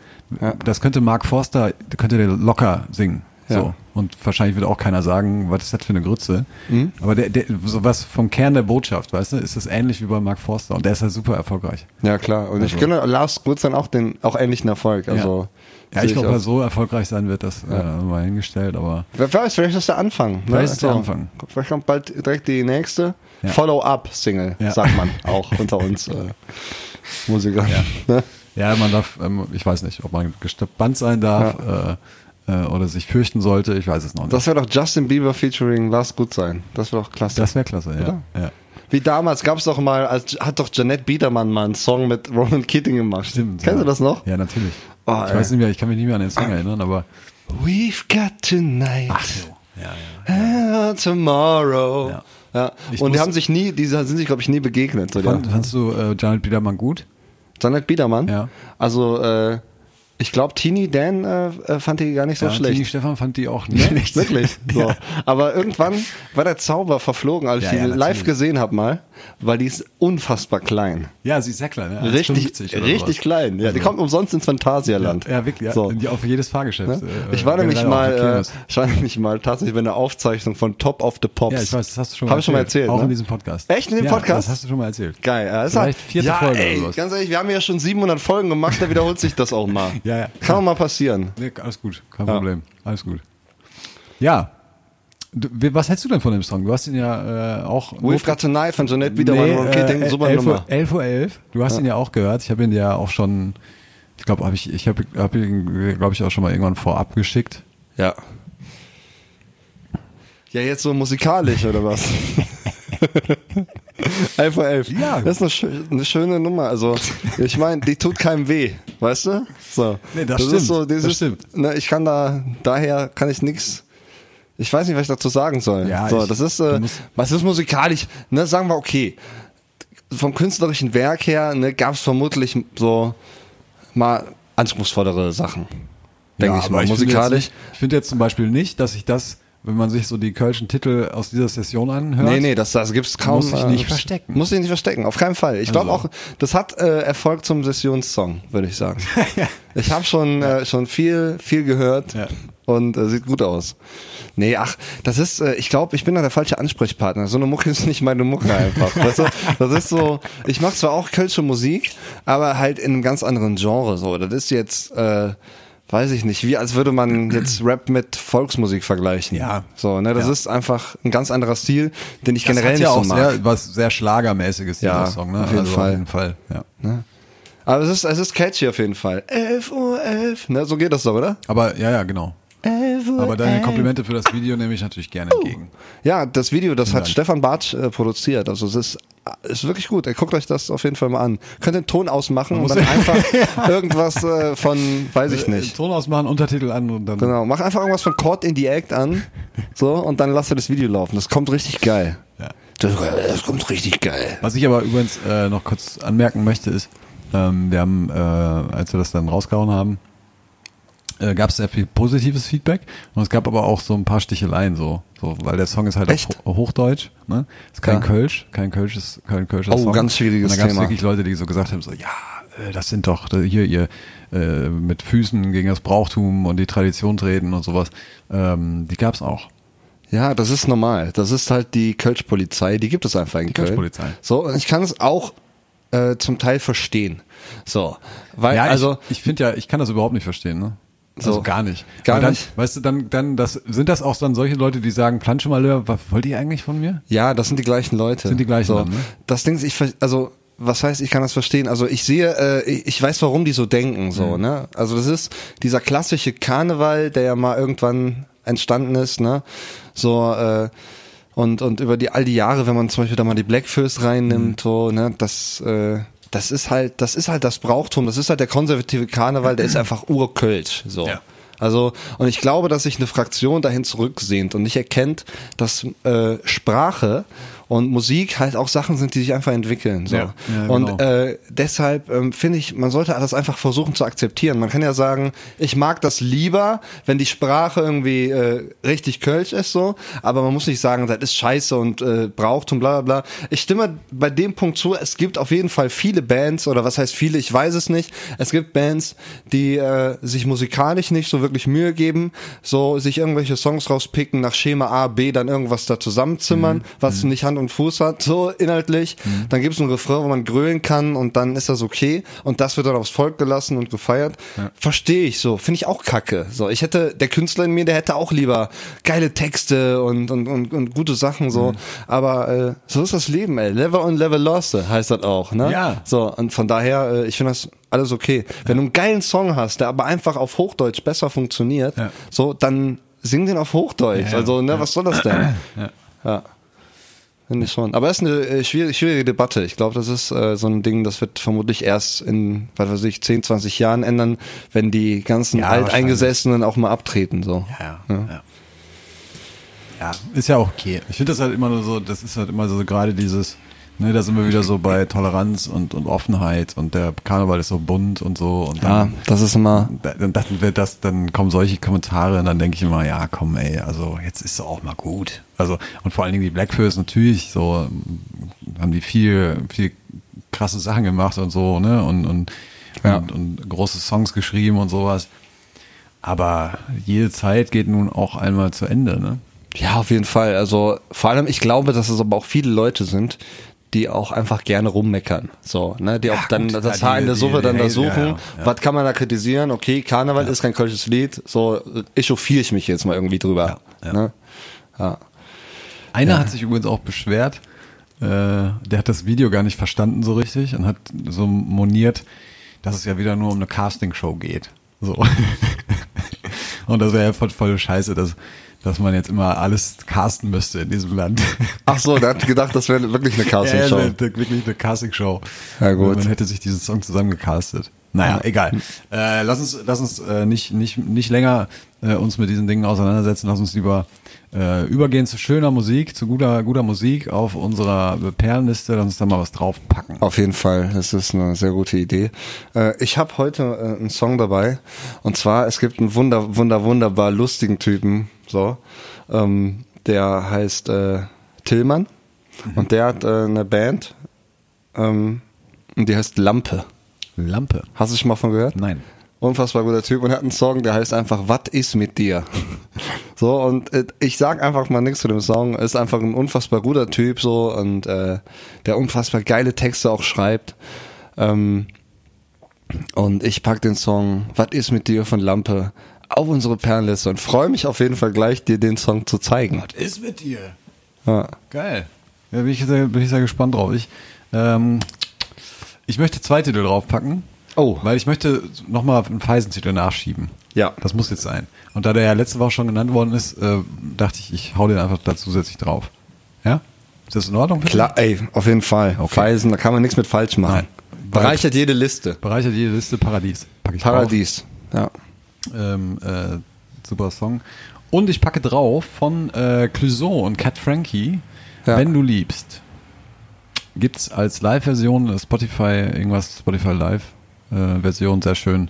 Speaker 5: Das könnte Mark Forster, könnte der locker singen. So.
Speaker 4: Ja.
Speaker 5: Und wahrscheinlich würde auch keiner sagen, was ist das für eine Grütze.
Speaker 4: Mhm.
Speaker 5: Aber der, der, sowas vom Kern der Botschaft, weißt du, ist das ähnlich wie bei Mark Forster. Und der ist ja super erfolgreich.
Speaker 4: Ja klar, und ich gönne Lars Gutz dann auch den auch ähnlichen Erfolg. Also
Speaker 5: ja,
Speaker 4: sehe
Speaker 5: ich glaube,
Speaker 4: auch-
Speaker 5: er so erfolgreich sein wird, das äh, mal hingestellt, aber
Speaker 4: Wer weiß, vielleicht ist der Anfang. ne?
Speaker 5: Vielleicht ist der Anfang.
Speaker 4: Vielleicht kommt bald direkt die nächste
Speaker 5: Ja.
Speaker 4: Follow-up-Single,
Speaker 5: Ja.
Speaker 4: sagt man auch unter uns äh, Musikern. Ne?
Speaker 5: ja, man darf, ähm, ich weiß nicht, ob man gespannt sein darf äh, äh, oder sich fürchten sollte, ich weiß es noch nicht.
Speaker 4: Das wäre doch Justin Bieber featuring Lars Gut sein. Das wäre doch klasse.
Speaker 5: Das wäre klasse, ja.
Speaker 4: Oder?
Speaker 5: ja.
Speaker 4: Wie damals gab es doch mal, als, hat doch Janette Biedermann mal einen Song mit Ronan Keating gemacht.
Speaker 5: Stimmt.
Speaker 4: Kennst
Speaker 5: ja.
Speaker 4: du das noch?
Speaker 5: Ja, natürlich.
Speaker 4: Oh,
Speaker 5: ich
Speaker 4: ey. Ah.
Speaker 5: weiß nicht mehr, ich kann mich nicht mehr an den Song erinnern, aber
Speaker 4: We've got tonight. Ach so. Ja, ja. Tomorrow. Ja.
Speaker 5: Ja. Ich
Speaker 4: Und die
Speaker 5: muss-
Speaker 4: haben sich nie, die sind sich, glaube ich, nie begegnet. So, ja.
Speaker 5: fand, fandst du äh, Janet Biedermann gut?
Speaker 4: Janet Biedermann.
Speaker 5: Ja.
Speaker 4: Also, äh, ich glaube, Tini Dan äh, äh, fand die gar nicht so
Speaker 5: Ja,
Speaker 4: schlecht. Ne?
Speaker 5: Tini Stefan fand die auch ne? nicht schlecht.
Speaker 4: Wirklich. So.
Speaker 5: Ja.
Speaker 4: Aber irgendwann war der Zauber verflogen, als ich
Speaker 5: Ja,
Speaker 4: die
Speaker 5: ja, natürlich.
Speaker 4: live gesehen habe mal, weil die ist unfassbar klein.
Speaker 5: ja, sie ist sehr klein. Ne?
Speaker 4: Richtig,
Speaker 5: 1,50 oder
Speaker 4: richtig
Speaker 5: sowas. Also-
Speaker 4: klein. Ja, die kommt umsonst ins Phantasialand.
Speaker 5: Ja, wirklich. Ja,
Speaker 4: So.
Speaker 5: die Auf jedes Fahrgeschäft.
Speaker 4: Ne?
Speaker 5: äh,
Speaker 4: Ich war nämlich
Speaker 5: generell
Speaker 4: mal,
Speaker 5: auf der
Speaker 4: äh,
Speaker 5: Kirmes.
Speaker 4: ich war nämlich mal tatsächlich bei einer Aufzeichnung von Top of the Pops.
Speaker 5: ja, ich weiß, das hast du schon
Speaker 4: Hab ich schon mal erzählt.
Speaker 5: Auch
Speaker 4: ne?
Speaker 5: in diesem Podcast.
Speaker 4: Echt in dem
Speaker 5: ja,
Speaker 4: Podcast?
Speaker 5: Das hast du schon mal erzählt.
Speaker 4: Geil. Ja, das
Speaker 5: Vielleicht
Speaker 4: hat-
Speaker 5: vierte
Speaker 4: ja,
Speaker 5: Folge
Speaker 4: Ey,
Speaker 5: oder sowas.
Speaker 4: Ganz ehrlich, wir haben ja schon 700 Folgen gemacht, da wiederholt sich das auch mal.
Speaker 5: Ja, ja.
Speaker 4: Kann auch mal passieren.
Speaker 5: Nee, alles gut, kein
Speaker 4: Ja.
Speaker 5: Problem. Alles gut. Ja. Du, wie- was hältst du denn von dem Song? Du hast ihn ja äh, auch.
Speaker 4: We've Got Tonight von Jeanette Biedermann und
Speaker 5: äh,
Speaker 4: Keating, super
Speaker 5: 11
Speaker 4: Nummer.
Speaker 5: Uhr, 11 Uhr 11. Du hast ihn ja auch gehört. Ich habe ihn ja auch schon, ich glaube, habe ich, ich habe, hab ihn, glaube ich, auch schon mal irgendwann vorab geschickt.
Speaker 4: Ja. Ja, jetzt so musikalisch oder was? 11 vor 11.
Speaker 5: Ja.
Speaker 4: Das ist eine, schö eine schöne Nummer. Also, ich meine, die tut keinem weh, weißt du? So.
Speaker 5: Nee, das stimmt.
Speaker 4: Ist so
Speaker 5: Das
Speaker 4: dieses,
Speaker 5: stimmt.
Speaker 4: Ne, ich kann da, daher kann ich nix. Ich weiß nicht, was ich dazu sagen soll.
Speaker 5: Ja,
Speaker 4: so,
Speaker 5: ich-
Speaker 4: das ist, äh,
Speaker 5: du musst-
Speaker 4: was ist musikalisch? Ne, sagen wir, okay. Vom künstlerischen Werk her, ne, gab es vermutlich so mal anspruchsvollere Sachen. Denke
Speaker 5: Ja,
Speaker 4: ich
Speaker 5: aber
Speaker 4: mal.
Speaker 5: finde
Speaker 4: musikalisch.
Speaker 5: jetzt nicht- Ich finde jetzt zum Beispiel nicht, dass ich das, wenn man sich so die kölschen Titel aus dieser Session anhört.
Speaker 4: Nee, nee, das, das gibt's kaum.
Speaker 5: Muss ich
Speaker 4: äh,
Speaker 5: nicht
Speaker 4: das-
Speaker 5: verstecken.
Speaker 4: Muss ich nicht verstecken, auf keinen Fall. Ich glaube
Speaker 5: Also.
Speaker 4: auch, das hat äh, Erfolg zum Sessionssong, würde ich sagen. Ich habe schon, äh, schon viel, viel gehört
Speaker 5: Ja.
Speaker 4: und äh, sieht gut aus. Nee, ach, das ist, äh, ich glaube, ich bin da der falsche Ansprechpartner. So eine Mucke ist nicht meine Mucke einfach. weißt du? Das ist so, ich mache zwar auch kölsche Musik, aber halt in einem ganz anderen Genre so. Das ist jetzt, äh, weiß ich nicht, wie als würde man jetzt Rap mit Volksmusik vergleichen.
Speaker 5: Ja.
Speaker 4: So, ne, das
Speaker 5: Ja.
Speaker 4: ist einfach ein ganz anderer Stil, den ich
Speaker 5: Das
Speaker 4: generell
Speaker 5: hat
Speaker 4: nicht
Speaker 5: ja auch
Speaker 4: so mag.
Speaker 5: sehr, was sehr Schlagermäßiges,
Speaker 4: Ja,
Speaker 5: dieser Song. Ne?
Speaker 4: auf jeden
Speaker 5: also
Speaker 4: Fall.
Speaker 5: Auf jeden Fall ja.
Speaker 4: Aber es ist, es ist catchy auf jeden Fall. 11 Uhr 11. Ne, so geht das doch, oder?
Speaker 5: Aber ja, ja, genau.
Speaker 4: 11
Speaker 5: Aber deine Komplimente für das Video nehme ich natürlich gerne entgegen.
Speaker 4: Ja, das Video, das hat Stefan Bartsch äh, produziert. Also es ist, ist wirklich gut. Ey, guckt euch das auf jeden Fall mal an. Könnt den Ton ausmachen und dann einfach irgendwas äh, von, weiß ich nicht.
Speaker 5: Äh, Ton ausmachen, Untertitel an und dann.
Speaker 4: Genau, mach einfach irgendwas von Court in the Act an. So, und dann lasst ihr das Video laufen. Das kommt richtig geil. Das, äh, das kommt richtig geil.
Speaker 5: Was ich aber übrigens äh, noch kurz anmerken möchte, ist, ähm, wir haben, äh, als wir das dann rausgehauen haben, äh, gab es sehr viel positives Feedback und es gab aber auch so ein paar Sticheleien so, so weil der Song ist halt
Speaker 4: Echt?
Speaker 5: auf Ho- Hochdeutsch, ne? Ist kein
Speaker 4: Ja.
Speaker 5: Kölsch, kein Kölsch ist kein Kölsch.
Speaker 4: Oh, ganz schwieriges
Speaker 5: und da gab's
Speaker 4: Thema.
Speaker 5: wirklich Leute, die so gesagt haben so ja, äh, das sind doch da- hier ihr äh, mit Füßen gegen das Brauchtum und die Tradition treten und sowas. Ähm, die gab's auch.
Speaker 4: Ja, das ist normal. Das ist halt die Kölsch-Polizei, die gibt es einfach in Köln.
Speaker 5: Kölsch-Polizei.
Speaker 4: So, und ich kann es auch äh, zum Teil verstehen. So, weil,
Speaker 5: Ja,
Speaker 4: also,
Speaker 5: also ich, ich finde ja, ich kann das überhaupt nicht verstehen, ne? Also
Speaker 4: So.
Speaker 5: gar nicht.
Speaker 4: Gar
Speaker 5: Weil dann,
Speaker 4: nicht.
Speaker 5: Weißt du, dann, dann, das sind das auch dann solche Leute, die sagen, Plansche Malheur, was wollt ihr eigentlich von mir?
Speaker 4: Ja, das sind die gleichen Leute.
Speaker 5: Sind die gleichen
Speaker 4: So.
Speaker 5: dann, ne?
Speaker 4: Das Ding ist, ich ver- also was heißt, ich kann das verstehen. Also ich sehe, äh, ich, ich weiß, warum die so denken,
Speaker 5: Mhm.
Speaker 4: so ne. Also das ist dieser klassische Karneval, der ja mal irgendwann entstanden ist, ne. So äh, und und über die all die Jahre, wenn man zum Beispiel da mal die Blackfills reinnimmt,
Speaker 5: Mhm.
Speaker 4: so ne, das äh, das ist halt, das ist halt das Brauchtum, das ist halt der konservative Karneval, der ist einfach urkölsch, so.
Speaker 5: Ja.
Speaker 4: Also, und ich glaube, dass sich eine Fraktion dahin zurücksehnt und nicht erkennt, dass äh, Sprache und Musik halt auch Sachen sind, die sich einfach entwickeln. So.
Speaker 5: Ja, ja,
Speaker 4: und
Speaker 5: genau.
Speaker 4: äh, deshalb ähm, finde ich, man sollte das einfach versuchen zu akzeptieren. Man kann ja sagen, ich mag das lieber, wenn die Sprache irgendwie äh, richtig Kölsch ist, so, aber man muss nicht sagen, das ist scheiße und äh, Brauchtum, bla bla bla. Ich stimme bei dem Punkt zu, es gibt auf jeden Fall viele Bands, oder was heißt viele, ich weiß es nicht. Es gibt Bands, die äh, sich musikalisch nicht so wirklich Mühe geben, so sich irgendwelche Songs rauspicken, nach Schema A, B dann irgendwas da zusammenzimmern, was nicht Hand und Fuß hat, so inhaltlich. Dann gibt es einen Refrain, wo man grölen kann und dann ist das okay. Und das wird dann aufs Volk gelassen und gefeiert. Verstehe ich so. Finde ich auch kacke. So, ich hätte, der Künstler in mir, der hätte auch lieber geile Texte und, und, und, und gute Sachen so. Aber äh, so ist das Leben, ey. Level on Level Lost heißt das auch, ne?
Speaker 5: Ja.
Speaker 4: So, und von daher, äh, ich finde das alles okay. Wenn du einen geilen Song hast, der aber einfach auf Hochdeutsch besser funktioniert,
Speaker 5: Ja.
Speaker 4: so, dann sing den auf Hochdeutsch.
Speaker 5: Ja,
Speaker 4: also, ne, was soll das denn? ja. Finde ich schon. Aber es ist eine äh, schwierige, schwierige Debatte. Ich glaube, das ist äh, so ein Ding, das wird vermutlich erst in, was weiß ich, 10, 20 Jahren ändern, wenn die ganzen
Speaker 5: Ja,
Speaker 4: Alteingesessenen auch mal abtreten, so.
Speaker 5: Ja, ja. Ja, ist ja auch okay. Ich finde das halt immer nur so, das ist halt immer so gerade dieses, ne, da sind wir wieder so bei Toleranz und, und Offenheit und der Karneval ist so bunt und so und
Speaker 4: Ja,
Speaker 5: dann,
Speaker 4: das ist immer,
Speaker 5: da- dann, dann, wird das, dann kommen solche Kommentare und dann denke ich immer, ja komm ey, also jetzt ist auch mal gut. Also und vor allen Dingen die Blackfills natürlich, so ähm, haben die viel, viel krasse Sachen gemacht und so, ne? Und, und,
Speaker 4: Ja.
Speaker 5: und, und große Songs geschrieben und sowas. Aber jede Zeit geht nun auch einmal zu Ende, ne?
Speaker 4: Ja, auf jeden Fall. Also vor allem, ich glaube, dass es aber auch viele Leute sind, die auch einfach gerne rummeckern. So, ne? Die auch dann
Speaker 5: gut,
Speaker 4: das
Speaker 5: ja,
Speaker 4: Haar
Speaker 5: die-
Speaker 4: in der
Speaker 5: die-
Speaker 4: Suppe dann
Speaker 5: die-
Speaker 4: da
Speaker 5: ja,
Speaker 4: suchen.
Speaker 5: ja, ja.
Speaker 4: Was kann man da kritisieren? Okay, Karneval ist kein kölsches Lied. So echauffiere ich mich jetzt mal irgendwie drüber.
Speaker 5: Ja, ja.
Speaker 4: Ne?
Speaker 5: Einer hat sich übrigens auch beschwert, äh, der hat das Video gar nicht verstanden so richtig und hat so moniert, dass es ja wieder nur um eine Castingshow geht. So. und das wäre ja voll, voll scheiße, dass, dass man jetzt immer alles casten müsste in diesem Land.
Speaker 4: Ach so, der hat gedacht, das wäre wirklich eine Castingshow.
Speaker 5: Ja, ja, eine- wirklich eine Castingshow.
Speaker 4: Ja, gut.
Speaker 5: Man hätte sich diesen Song zusammengecastet. Naja, egal. Äh, lass uns, lass uns äh, nicht, nicht, nicht länger äh, uns mit diesen Dingen auseinandersetzen. Lass uns lieber äh, übergehen zu schöner Musik, zu guter, guter Musik auf unserer Perlenliste. Lass uns da mal was draufpacken.
Speaker 4: Auf jeden Fall, das ist eine sehr gute Idee. Äh, ich habe heute äh, einen Song dabei und zwar es gibt einen wunder, wunder, wunderbar lustigen Typen, so, ähm, der heißt äh, Tillmann und der hat äh, eine Band ähm, und die heißt Lampe.
Speaker 5: Lampe.
Speaker 4: Hast du schon mal von gehört?
Speaker 5: Nein.
Speaker 4: Unfassbar guter Typ und er hat einen Song, der heißt einfach Was ist mit dir? So, und äh, ich sag einfach mal nichts zu dem Song. Ist einfach ein unfassbar guter Typ so und äh, der unfassbar geile Texte auch schreibt. Ähm, und ich pack den Song Was ist mit dir von Lampe auf unsere Perlenliste und freue mich auf jeden Fall gleich, dir den Song zu zeigen.
Speaker 5: Was ist mit dir?
Speaker 4: Ja.
Speaker 5: Geil. Ja, bin ich sehr, bin ich sehr gespannt drauf. Ich, ähm, ich möchte zwei Titel draufpacken.
Speaker 4: Oh.
Speaker 5: Weil ich möchte nochmal einen Feisen-Titel nachschieben.
Speaker 4: Ja.
Speaker 5: Das muss jetzt sein. Und da der ja letzte Woche schon genannt worden ist, äh, dachte ich, ich hau den einfach da zusätzlich drauf. Ja? Ist das in Ordnung? für dich?
Speaker 4: Klar, ey, auf jeden Fall.
Speaker 5: Okay.
Speaker 4: Feisen, da kann man nichts mit falsch machen.
Speaker 5: Nein.
Speaker 4: Bereichert jede Liste.
Speaker 5: Bereichert jede Liste Paradies. Pack ich
Speaker 4: Paradies. Ja.
Speaker 5: drauf. Ähm, äh, super Song. Und ich packe drauf von äh, Clouseau und Cat Frankie,
Speaker 4: Ja.
Speaker 5: Wenn du liebst. Gibt's als Live-Version äh, Spotify, irgendwas Spotify Live-Version, sehr schön.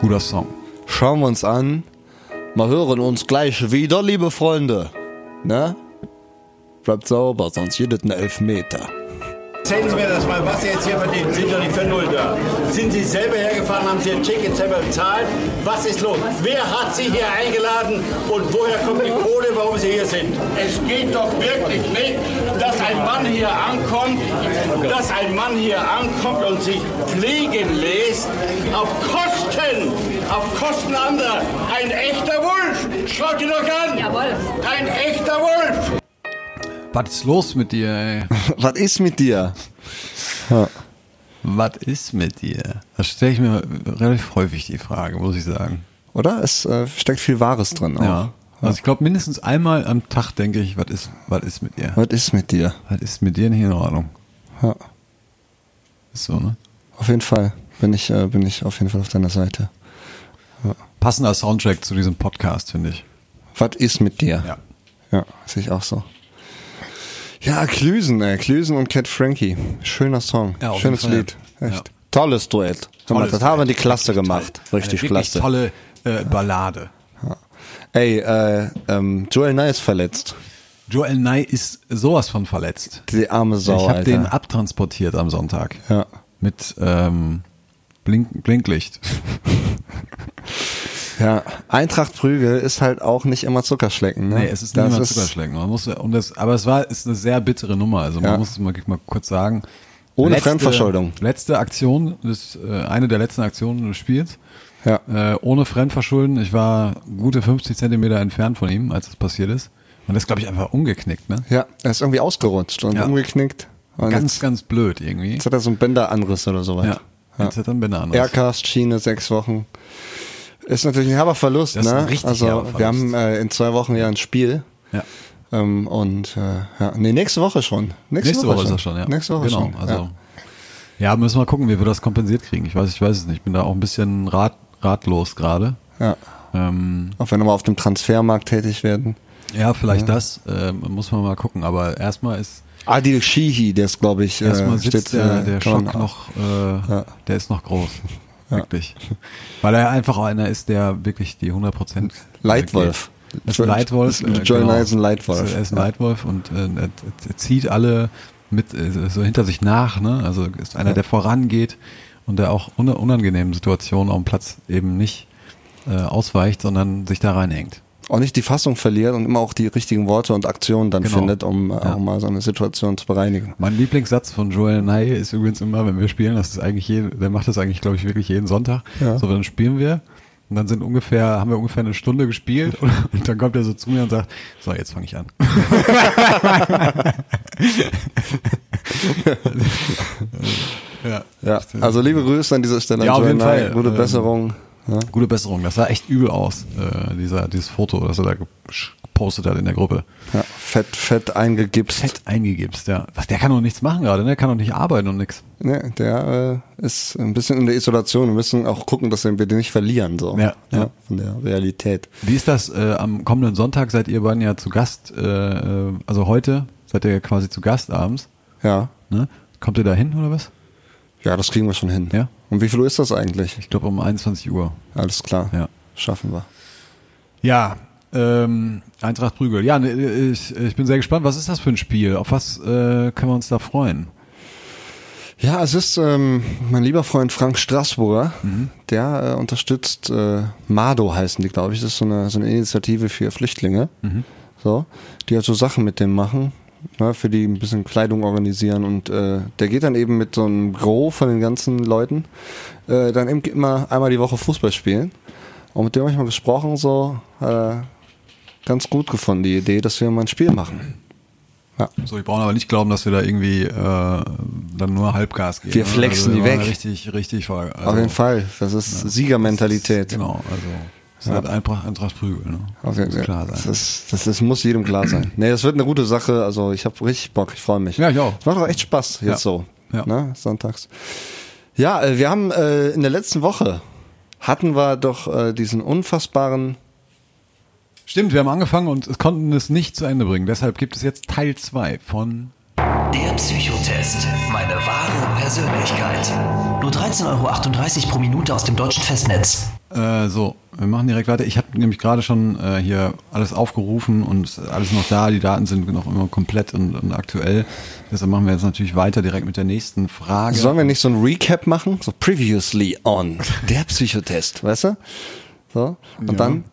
Speaker 5: Guter Song.
Speaker 4: Schauen wir uns an. Wir hören uns gleich wieder, liebe Freunde. Ne? Bleibt sauber, sonst jedes ein Elfmeter.
Speaker 6: Erzählen Sie mir das mal, was Sie jetzt hier verdienen. Sie sind doch nicht für null da. Sind Sie selber hergefahren, haben Sie Ihr Ticket selber bezahlt? Was ist los? Wer hat Sie hier eingeladen und woher kommt die Kohle, warum Sie hier sind? Es geht doch wirklich nicht, dass ein Mann hier ankommt, dass ein Mann hier ankommt und sich fliegen lässt auf Kosten, auf Kosten anderer. Ein echter Wolf. Schaut ihn doch an.
Speaker 7: Jawohl.
Speaker 6: Ein echter Wolf.
Speaker 5: Was ist los mit dir, ey?
Speaker 4: Was ist mit dir?
Speaker 5: Was ist mit dir? Das stelle ich mir relativ häufig die Frage, muss ich sagen.
Speaker 4: Oder? Es äh, steckt viel Wahres drin. Auch.
Speaker 5: Ja. Also ich glaube, mindestens einmal am Tag denke ich, was ist, was ist mit dir?
Speaker 4: Was ist mit dir?
Speaker 5: Was ist mit dir nicht in Ordnung?
Speaker 4: Ja.
Speaker 5: Ist so, ne?
Speaker 4: Auf jeden Fall. Bin ich, äh, bin ich auf jeden Fall auf deiner Seite.
Speaker 5: Passender Soundtrack zu diesem Podcast, finde ich.
Speaker 4: Was ist mit dir?
Speaker 5: Ja.
Speaker 4: Ja, sehe ich auch so. Ja, Klüsen, ey. Klüsen und Cat Frankie. Schöner Song.
Speaker 5: Ja, auf
Speaker 4: Schönes
Speaker 5: jeden
Speaker 4: Lied.
Speaker 5: Fall, ja.
Speaker 4: Echt.
Speaker 5: Ja.
Speaker 4: Tolles Duett.
Speaker 5: Tolles
Speaker 4: das haben
Speaker 5: Duett.
Speaker 4: die klasse gemacht. Richtig
Speaker 5: Eine wirklich
Speaker 4: klasse.
Speaker 5: tolle äh, Ballade.
Speaker 4: Ey, äh, ähm, Joel Nye ist verletzt.
Speaker 5: Joel Nye ist sowas von verletzt.
Speaker 4: Die arme Sau,
Speaker 5: ich habe
Speaker 4: Alter.
Speaker 5: den abtransportiert am Sonntag.
Speaker 4: Ja.
Speaker 5: Mit ähm, Blink Blinklicht.
Speaker 4: ja. Eintracht Prügel ist halt auch nicht immer Zuckerschlecken. Ne?
Speaker 5: Nee, es ist nicht immer
Speaker 4: ist-
Speaker 5: Zuckerschlecken. Man muss, und das, aber es war ist eine sehr bittere Nummer. Also man
Speaker 4: Ja.
Speaker 5: muss es mal, mal kurz sagen.
Speaker 4: Ohne Fremdverschuldung.
Speaker 5: Letzte Aktion, das, äh, eine der letzten Aktionen des Spiels.
Speaker 4: Ja.
Speaker 5: Äh, ohne Fremdverschulden. Ich war gute 50 Zentimeter entfernt von ihm, als es passiert ist. Und das glaube ich einfach umgeknickt. Ne?
Speaker 4: Ja, er ist irgendwie ausgerutscht und
Speaker 5: Ja.
Speaker 4: umgeknickt. Und
Speaker 5: Ganz,
Speaker 4: jetzt,
Speaker 5: ganz blöd irgendwie.
Speaker 4: jetzt hat er so einen Bänderanriss oder sowas.
Speaker 5: Ja. Jetzt hat er einen Bänderanriss.
Speaker 4: Aircast, Schiene, sechs Wochen. Ist natürlich ein herber Verlust,
Speaker 5: Das ist ein
Speaker 4: ne?
Speaker 5: richtig
Speaker 4: also
Speaker 5: herber Verlust.
Speaker 4: wir haben äh, in zwei Wochen ja ein Spiel.
Speaker 5: Ja.
Speaker 4: Ähm, und äh, ja, nee, nächste Woche schon. Nächste,
Speaker 5: Nächste Woche ist er schon, ja.
Speaker 4: Nächste Woche
Speaker 5: genau,
Speaker 4: schon.
Speaker 5: Also,
Speaker 4: ja.
Speaker 5: ja. müssen wir gucken, wie wir das kompensiert kriegen. Ich weiß, ich weiß es nicht. Ich bin da auch ein bisschen rat, ratlos gerade.
Speaker 4: Ja.
Speaker 5: Ähm,
Speaker 4: Auch wenn wir mal auf dem Transfermarkt tätig werden.
Speaker 5: Ja, vielleicht das. Ähm, muss man mal gucken. Aber erstmal ist
Speaker 4: Adil Shihi, der ist, glaube ich,
Speaker 5: erstmal sitzt der,
Speaker 4: äh,
Speaker 5: der
Speaker 4: kann
Speaker 5: Schock
Speaker 4: man-
Speaker 5: noch, äh, der ist noch groß. Wirklich. Weil er einfach einer ist, der wirklich die 100%
Speaker 4: Leitwolf.
Speaker 5: geht. Das ist ein Leitwolf.
Speaker 4: Das ist- Joel Nye ist ein Leitwolf.
Speaker 5: Er ist ein
Speaker 4: Ja.
Speaker 5: Leitwolf und äh, er, er zieht alle mit äh, so hinter sich nach. Ne? Also ist einer, der vorangeht und der auch un unangenehmen Situationen auf dem Platz eben nicht äh, ausweicht, sondern sich da reinhängt.
Speaker 4: auch nicht die Fassung verliert und immer auch die richtigen Worte und Aktionen dann
Speaker 5: Genau.
Speaker 4: findet, um äh,
Speaker 5: Ja.
Speaker 4: auch mal so eine Situation zu bereinigen.
Speaker 5: Mein Lieblingssatz von Joel Nye ist übrigens immer, wenn wir spielen, das ist eigentlich jede, der macht das eigentlich, glaube ich, wirklich jeden Sonntag.
Speaker 4: Ja.
Speaker 5: So, dann spielen wir und dann sind ungefähr, haben wir ungefähr eine Stunde gespielt und, und dann kommt er so zu mir und sagt, so, jetzt fange ich an. ja.
Speaker 4: Ja, also liebe Grüße an dieser Stelle.
Speaker 5: Ja,
Speaker 4: an
Speaker 5: auf
Speaker 4: Joel
Speaker 5: jeden
Speaker 4: Nye.
Speaker 5: Fall.
Speaker 4: Gute
Speaker 5: Ähm,
Speaker 4: Besserung. Ja.
Speaker 5: Gute Besserung. Das sah echt übel aus, äh, dieser, dieses Foto, das er da gepostet hat in der Gruppe.
Speaker 4: Ja, fett, fett eingegipst.
Speaker 5: Fett eingegibst, ja. Was, der kann doch nichts machen gerade, ne? Der kann doch nicht arbeiten und nix.
Speaker 4: Ne, der äh, ist ein bisschen in der Isolation. Wir müssen auch gucken, dass wir den nicht verlieren. So.
Speaker 5: Ja, ja.
Speaker 4: Von der Realität.
Speaker 5: Wie ist das? Äh, am kommenden Sonntag seid ihr beiden ja zu Gast, äh, äh, also heute seid ihr quasi zu Gast abends.
Speaker 4: Ja.
Speaker 5: Ne? Kommt ihr da hin oder was?
Speaker 4: Ja, das kriegen wir schon hin.
Speaker 5: Ja.
Speaker 4: Und wie viel Uhr ist das eigentlich?
Speaker 5: Ich glaube um 21 Uhr.
Speaker 4: Alles klar.
Speaker 5: Ja.
Speaker 4: Schaffen wir.
Speaker 5: Ja, ähm, Eintracht Prügel. Ja, ne, ich, ich bin sehr gespannt. Was ist das für ein Spiel? Auf was äh, können wir uns da freuen?
Speaker 4: Ja, es ist ähm, mein lieber Freund Frank Straßburger, der äh, unterstützt äh, MADO heißen die, glaube ich. Das ist so eine, so eine Initiative für Flüchtlinge. So, die halt so Sachen mit dem machen, ne, für die ein bisschen Kleidung organisieren und äh, der geht dann eben mit so einem Gros von den ganzen Leuten äh, dann eben immer einmal die Woche Fußball spielen. Und mit dem habe ich mal gesprochen, so äh, ganz gut gefunden, die Idee, dass wir mal ein Spiel machen. Ja.
Speaker 5: So, die brauchen aber nicht glauben, dass wir da irgendwie äh, dann nur Halbgas geben. ne? Also
Speaker 4: Wir flexen die
Speaker 5: wir waren
Speaker 4: weg.
Speaker 5: Richtig, richtig voll. Also,
Speaker 4: Auf jeden Fall. Das ist Siegermentalität.
Speaker 5: Genau, also es ist halt Eintracht, Eintracht Prügel. Ne?
Speaker 4: Auf
Speaker 5: Das
Speaker 4: jeden
Speaker 5: muss
Speaker 4: Fall.
Speaker 5: klar
Speaker 4: Das,
Speaker 5: sein.
Speaker 4: ist, das ist, muss jedem klar sein. Nee, das wird eine gute Sache. Also ich habe richtig Bock. Ich freue mich.
Speaker 5: Ja, ich auch.
Speaker 4: Es macht auch echt Spaß jetzt
Speaker 5: Ja.
Speaker 4: so.
Speaker 5: Ja.
Speaker 4: Ne? Sonntags. Ja, äh, wir haben äh, in der letzten Woche hatten wir doch äh, diesen unfassbaren
Speaker 5: Stimmt, wir haben angefangen und es konnten es nicht zu Ende bringen. Deshalb gibt es jetzt Teil 2 von
Speaker 3: Der Psychotest. Meine wahre Persönlichkeit. Nur 13,38 Euro pro Minute aus dem deutschen Festnetz.
Speaker 5: Äh, so, wir machen direkt weiter. Ich habe nämlich gerade schon äh, hier alles aufgerufen und ist alles noch da. Die Daten sind noch immer komplett und, und aktuell. Deshalb machen wir jetzt natürlich weiter direkt mit der nächsten Frage.
Speaker 4: Sollen wir nicht so ein Recap machen? So previously on der Psychotest, weißt du? So und dann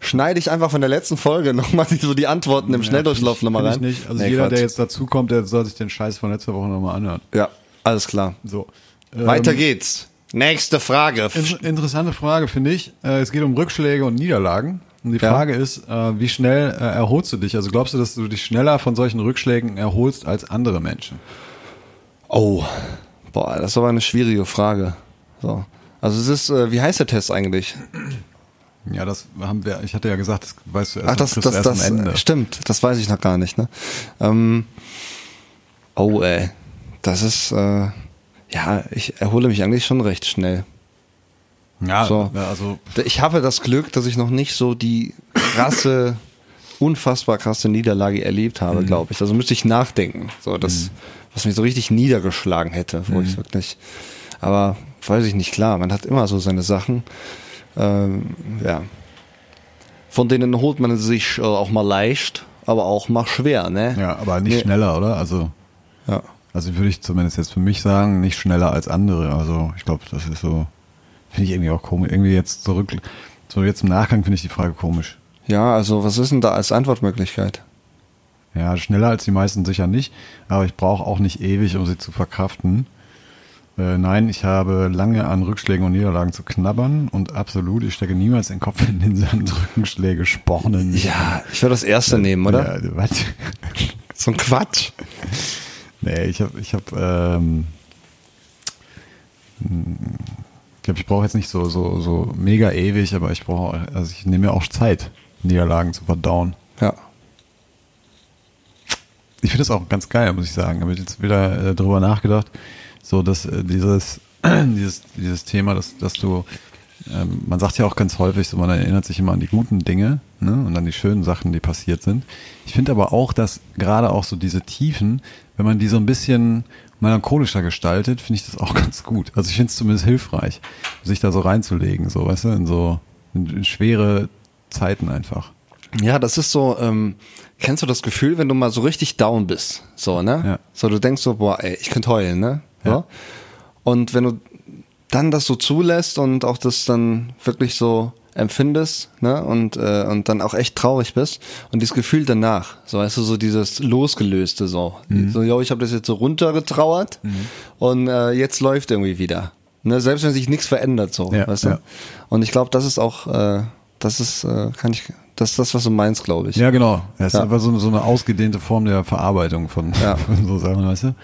Speaker 4: schneide ich einfach von der letzten Folge nochmal die, so die Antworten im Schnelldurchlauf
Speaker 5: Find
Speaker 4: nochmal rein.
Speaker 5: Ich nicht. Also
Speaker 4: Nee,
Speaker 5: jeder, der
Speaker 4: Quatsch.
Speaker 5: jetzt dazukommt, der soll sich den Scheiß von letzter Woche nochmal anhören.
Speaker 4: ja, alles klar.
Speaker 5: So.
Speaker 4: Weiter
Speaker 5: Ähm,
Speaker 4: geht's. Nächste Frage.
Speaker 5: in- Interessante Frage, finde ich. Äh, es geht um Rückschläge und Niederlagen. Und die
Speaker 4: Ja.
Speaker 5: Frage ist, äh, wie schnell äh, erholst du dich? Also glaubst du, dass du dich schneller von solchen Rückschlägen erholst als andere Menschen?
Speaker 4: Oh, boah, das ist aber eine schwierige Frage. So. Also es ist, äh, wie heißt der Test eigentlich?
Speaker 5: Ja, das haben wir, ich hatte ja gesagt, das weißt du erst,
Speaker 4: Ach, das,
Speaker 5: kriegst du
Speaker 4: das,
Speaker 5: erst
Speaker 4: das,
Speaker 5: am Ende.
Speaker 4: äh, stimmt, das weiß ich noch gar nicht. Ne? Ähm, oh, ey, das ist, äh, ja, ich erhole mich eigentlich schon recht schnell.
Speaker 5: Ja,
Speaker 4: So.
Speaker 5: ja, also
Speaker 4: Ich habe das Glück, dass ich noch nicht so die krasse, unfassbar krasse Niederlage erlebt habe,
Speaker 5: Mhm.
Speaker 4: glaube ich. Also müsste ich nachdenken. So, das, was mich so richtig niedergeschlagen hätte, wo
Speaker 5: Mhm.
Speaker 4: ich wirklich. Aber weiß ich nicht, klar, man hat immer so seine Sachen. Ähm, ja. Von denen holt man sich äh, auch mal leicht, aber auch mal schwer, ne?
Speaker 5: ja, aber nicht
Speaker 4: Nee.
Speaker 5: schneller, oder? Also,
Speaker 4: Ja.
Speaker 5: also würde ich zumindest jetzt für mich sagen, nicht schneller als andere. Also ich glaube, das ist so, finde ich irgendwie auch komisch. Irgendwie jetzt zurück, so jetzt im Nachgang finde ich die Frage komisch.
Speaker 4: ja, also was ist denn da als Antwortmöglichkeit?
Speaker 5: Ja, schneller als die meisten sicher nicht, aber ich brauche auch nicht ewig, um sie zu verkraften. Äh, nein, ich habe lange an Rückschlägen und Niederlagen zu knabbern und absolut, ich stecke niemals den Kopf in den Sand. Rückschläge spornen. mich.
Speaker 4: Ja, ich würde das erste nehmen, oder?
Speaker 5: Ja, was?
Speaker 4: So ein Quatsch.
Speaker 5: Nee, ich habe, ich habe, ähm, ich glaube, ich brauche jetzt nicht so, so, so mega ewig, aber ich brauche, also ich nehme mir auch Zeit, Niederlagen zu verdauen.
Speaker 4: Ja.
Speaker 5: Ich finde das auch ganz geil, muss ich sagen. Habe ich jetzt wieder äh, drüber nachgedacht, so dass äh, dieses, dieses, dieses Thema, dass, dass du, ähm, man sagt ja auch ganz häufig, so man erinnert sich immer an die guten Dinge ne, und an die schönen Sachen, die passiert sind. Ich finde aber auch, dass gerade auch so diese Tiefen, wenn man die so ein bisschen melancholischer gestaltet, finde ich das auch ganz gut. Also ich finde es zumindest hilfreich, sich da so reinzulegen, so weißt du, in so in, in schwere Zeiten einfach.
Speaker 4: Ja, das ist so, ähm, kennst du das Gefühl, wenn du mal so richtig down bist? So, ne?
Speaker 5: Ja.
Speaker 4: So, du denkst so, boah, ey, ich könnte heulen, ne? So.
Speaker 5: Ja.
Speaker 4: Und wenn du dann das so zulässt und auch das dann wirklich so empfindest, ne? Und, äh, und dann auch echt traurig bist und dieses Gefühl danach, so weißt du, so dieses Losgelöste so.
Speaker 5: Mhm.
Speaker 4: So, yo, ich habe das jetzt so runtergetrauert und äh, jetzt läuft irgendwie wieder. Ne? Selbst wenn sich nichts verändert, so,
Speaker 5: Ja,
Speaker 4: weißt du?
Speaker 5: ja.
Speaker 4: Und ich glaube, das ist auch, äh, das ist, äh, kann ich, das ist das, was du meinst, glaube ich.
Speaker 5: Ja, genau. Das
Speaker 4: Ja.
Speaker 5: ist einfach so, so eine ausgedehnte Form der Verarbeitung von,
Speaker 4: Ja.
Speaker 5: von so Sachen, weißt du?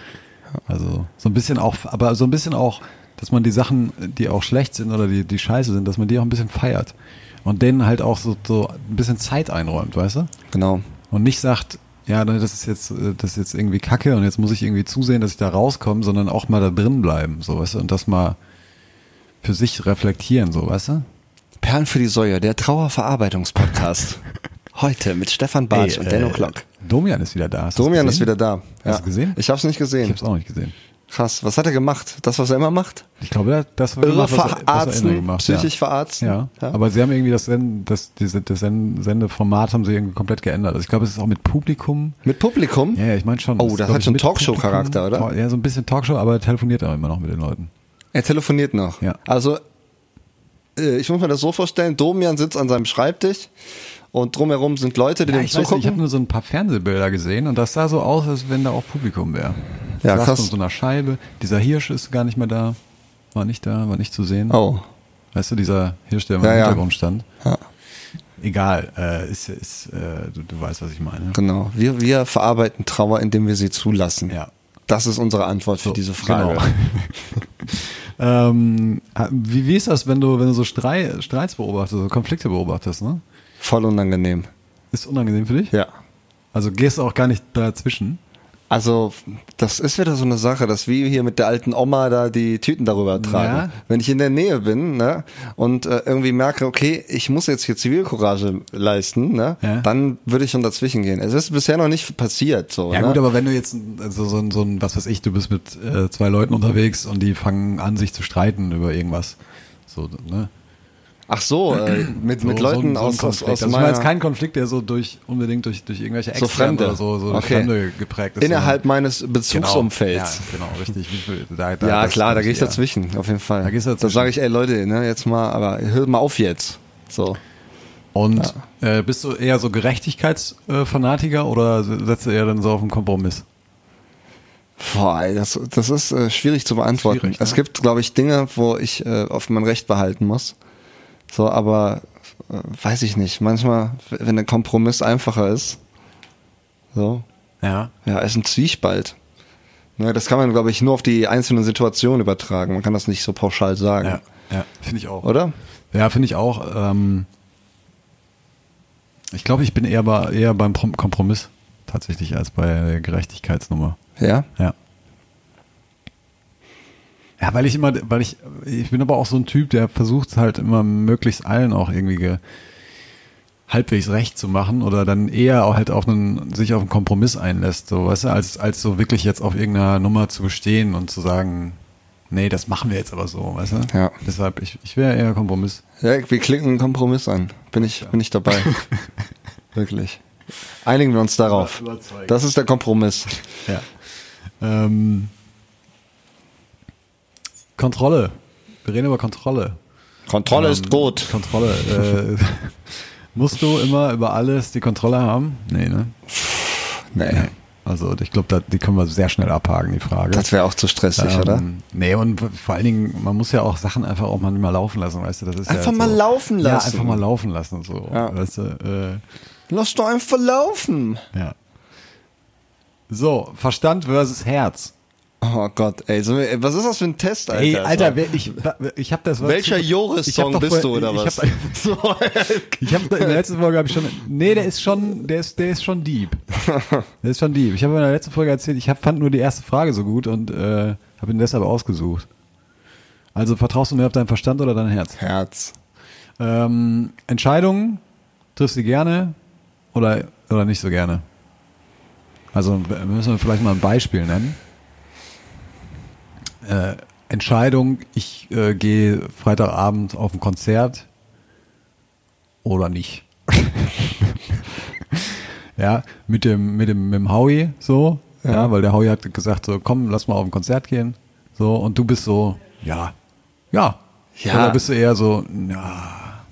Speaker 5: Also so ein bisschen auch, aber so ein bisschen auch, dass man die Sachen, die auch schlecht sind oder die, die scheiße sind, dass man die auch ein bisschen feiert. Und denen halt auch so, so ein bisschen Zeit einräumt, weißt du?
Speaker 4: Genau.
Speaker 5: Und nicht sagt, ja, ne, das ist jetzt, äh, das ist jetzt irgendwie Kacke und jetzt muss ich irgendwie zusehen, dass ich da rauskomme, sondern auch mal da drin bleiben, so weißt du, und das mal für sich reflektieren, so weißt du?
Speaker 4: Perlen für die Säue, der Trauerverarbeitungspodcast. Heute mit Stefan Bartsch und
Speaker 5: äh,
Speaker 4: Denno Klock.
Speaker 5: Domian ist wieder da. Hast du's
Speaker 4: Domian ist
Speaker 5: gesehen?
Speaker 4: wieder da.
Speaker 5: Hast du gesehen?
Speaker 4: Ich hab's nicht
Speaker 5: Ich
Speaker 4: gesehen.
Speaker 5: hab's auch nicht gesehen.
Speaker 4: Krass. Was hat er gemacht? Das, was er immer macht?
Speaker 5: Ich glaube, er hat das war
Speaker 4: Irre
Speaker 5: gemacht, was er- was er immer
Speaker 4: verarzten,
Speaker 5: gemacht,
Speaker 4: psychisch
Speaker 5: ja.
Speaker 4: verarzten.
Speaker 5: Ja.
Speaker 4: Ja.
Speaker 5: aber sie haben irgendwie das, Sen das, diese, das Sen Sendeformat haben sie irgendwie komplett geändert. Also ich glaube, es ist auch mit Publikum.
Speaker 4: Mit Publikum?
Speaker 5: Ja, ja, ich meine schon.
Speaker 4: Oh,
Speaker 5: Es ist,
Speaker 4: das
Speaker 5: glaube
Speaker 4: hat
Speaker 5: ich,
Speaker 4: schon
Speaker 5: mit
Speaker 4: Talkshow-Charakter,
Speaker 5: Publikum.
Speaker 4: oder?
Speaker 5: Ja, so ein bisschen Talkshow, aber er telefoniert auch immer noch mit den Leuten.
Speaker 4: Er telefoniert noch.
Speaker 5: Ja.
Speaker 4: Also, äh, ich muss mir das so vorstellen, Domian sitzt an seinem Schreibtisch und drumherum sind Leute, die
Speaker 5: Ja,
Speaker 4: dem
Speaker 5: ich weiß nicht, ich habe
Speaker 4: zugucken.
Speaker 5: nur so ein paar Fernsehbilder gesehen und das sah so aus, als wenn da auch Publikum wäre.
Speaker 4: Ja,
Speaker 5: Saß
Speaker 4: krass.
Speaker 5: an so einer Scheibe. Dieser Hirsch ist gar nicht mehr da. War nicht da, war nicht zu sehen.
Speaker 4: Oh.
Speaker 5: Weißt du, dieser Hirsch, der immer
Speaker 4: Ja,
Speaker 5: im
Speaker 4: ja.
Speaker 5: Hintergrund stand.
Speaker 4: Ja.
Speaker 5: egal. Äh, ist, ist, äh, du, du weißt, was ich meine.
Speaker 4: Genau. Wir, wir verarbeiten Trauer, indem wir sie zulassen.
Speaker 5: Ja.
Speaker 4: Das ist unsere Antwort für
Speaker 5: So,
Speaker 4: diese Frage.
Speaker 5: genau. Ähm, wie, wie ist das, wenn du, wenn du so Strei, Streits beobachtest, so Konflikte beobachtest, ne?
Speaker 4: Voll unangenehm.
Speaker 5: Ist unangenehm für dich?
Speaker 4: Ja.
Speaker 5: Also gehst du auch gar nicht dazwischen.
Speaker 4: Also, das ist wieder so eine Sache, dass wir hier mit der alten Oma da die Tüten darüber tragen.
Speaker 5: Ja.
Speaker 4: Wenn ich in der Nähe bin ne, und äh, irgendwie merke, okay, ich muss jetzt hier Zivilcourage leisten, ne,
Speaker 5: Ja.
Speaker 4: dann würde ich schon dazwischen gehen. Es ist bisher noch nicht passiert. So,
Speaker 5: Ja
Speaker 4: ne?
Speaker 5: gut, aber wenn du jetzt also so, ein- so ein, was weiß ich, du bist mit äh, zwei Leuten unterwegs und die fangen an, sich zu streiten über irgendwas. So, ne?
Speaker 4: Ach so, äh, mit,
Speaker 5: so,
Speaker 4: mit
Speaker 5: so
Speaker 4: Leuten
Speaker 5: ein- so ein
Speaker 4: aus, aus,
Speaker 5: Konflikt.
Speaker 4: aus
Speaker 5: Also ich meine
Speaker 4: meiner,
Speaker 5: jetzt kein Konflikt, der so durch unbedingt durch, durch irgendwelche
Speaker 4: so
Speaker 5: Externen
Speaker 4: Fremde,
Speaker 5: oder so, so durch
Speaker 4: okay.
Speaker 5: Fremde geprägt ist.
Speaker 4: innerhalb
Speaker 5: sondern-
Speaker 4: meines Bezugsumfelds.
Speaker 5: Genau, ja, genau richtig. Wie viel, da,
Speaker 4: Ja,
Speaker 5: das-
Speaker 4: klar, da
Speaker 5: das-
Speaker 4: gehe ich
Speaker 5: ja.
Speaker 4: dazwischen, auf jeden Fall.
Speaker 5: Da gehst du
Speaker 4: Da
Speaker 5: dazwischen.
Speaker 4: sage ich, ey Leute, ne, jetzt mal, aber hört mal auf jetzt. So.
Speaker 5: Und äh, bist du eher so Gerechtigkeitsfanatiker äh, oder setzt du eher dann so auf einen Kompromiss?
Speaker 4: Boah, ey, das, das ist äh, schwierig zu beantworten.
Speaker 5: Schwierig, ne?
Speaker 4: Es gibt, glaube ich, Dinge, wo ich äh, auf mein Recht behalten muss. So, aber äh, weiß ich nicht. Manchmal, w- wenn ein Kompromiss einfacher ist, so,
Speaker 5: Ja.
Speaker 4: ja, ist ein Zwiespalt. Ne, das kann man, glaube ich, nur auf die einzelnen Situationen übertragen. Man kann das nicht so pauschal sagen.
Speaker 5: Ja, ja finde ich auch.
Speaker 4: Oder?
Speaker 5: Ja, finde ich auch. Ähm, ich glaube, ich bin eher, bei, eher beim Prom- Kompromiss tatsächlich als bei der Gerechtigkeitsnummer.
Speaker 4: Ja?
Speaker 5: Ja. Ja, weil ich immer, weil ich, ich bin aber auch so ein Typ, der versucht halt immer möglichst allen auch irgendwie ge, halbwegs recht zu machen oder dann eher auch halt auf einen, sich auf einen Kompromiss einlässt, so, weißt du, als, als so wirklich jetzt auf irgendeiner Nummer zu bestehen und zu sagen, nee, das machen wir jetzt aber so, weißt du?
Speaker 4: Ja.
Speaker 5: Deshalb, ich, ich wäre eher Kompromiss.
Speaker 4: Ja, wir klicken einen Kompromiss an. Bin ich, bin ich dabei. Wirklich. Einigen wir uns darauf.
Speaker 5: Überzeugen.
Speaker 4: Das ist der Kompromiss.
Speaker 5: Ja. Ähm, Kontrolle. Wir reden über Kontrolle.
Speaker 4: Kontrolle
Speaker 5: Ähm,
Speaker 4: ist gut.
Speaker 5: Kontrolle. Äh, musst du immer über alles die Kontrolle haben? Nee, ne?
Speaker 4: Nee.
Speaker 5: Also ich glaube, die können wir sehr schnell abhaken, die Frage.
Speaker 4: Das wäre auch zu stressig,
Speaker 5: Ähm,
Speaker 4: oder?
Speaker 5: Nee, und vor allen Dingen, man muss ja auch Sachen einfach auch manchmal laufen lassen, weißt du? Das ist
Speaker 4: Einfach
Speaker 5: ja
Speaker 4: mal
Speaker 5: so,
Speaker 4: laufen lassen.
Speaker 5: Ja, einfach mal laufen lassen, so.
Speaker 4: Ja.
Speaker 5: Weißt du,
Speaker 4: Lass doch einfach laufen.
Speaker 5: äh, ja. So, Verstand versus Herz.
Speaker 4: Oh Gott, ey, so, ey, was ist das für ein Test, Alter?
Speaker 5: Ey, Alter, wer- ich, ich habe das.
Speaker 4: Welcher Joris-Song
Speaker 5: Ich hab doch
Speaker 4: bist du
Speaker 5: vorher-
Speaker 4: oder
Speaker 5: ich
Speaker 4: was?
Speaker 5: Hab,
Speaker 4: So,
Speaker 5: Ich habe in der letzten Folge habe ich schon. Nee, der ist schon, der ist, der ist schon deep. Der ist schon deep. Ich habe in der letzten Folge erzählt, ich hab, fand nur die erste Frage so gut und äh, habe ihn deshalb ausgesucht. Also vertraust du mehr auf deinen Verstand oder dein Herz?
Speaker 4: Herz.
Speaker 5: Ähm, Entscheidungen triffst du gerne oder oder nicht so gerne? Also w- müssen wir vielleicht mal ein Beispiel nennen. Äh, Entscheidung, ich äh, gehe Freitagabend auf ein Konzert oder nicht. ja, mit dem, mit dem, mit dem Howie so, ja. weil der Howie hat gesagt, so, komm, lass mal auf ein Konzert gehen. So, und du bist so, ja, ja.
Speaker 4: Ja.
Speaker 5: Oder bist du eher so, na,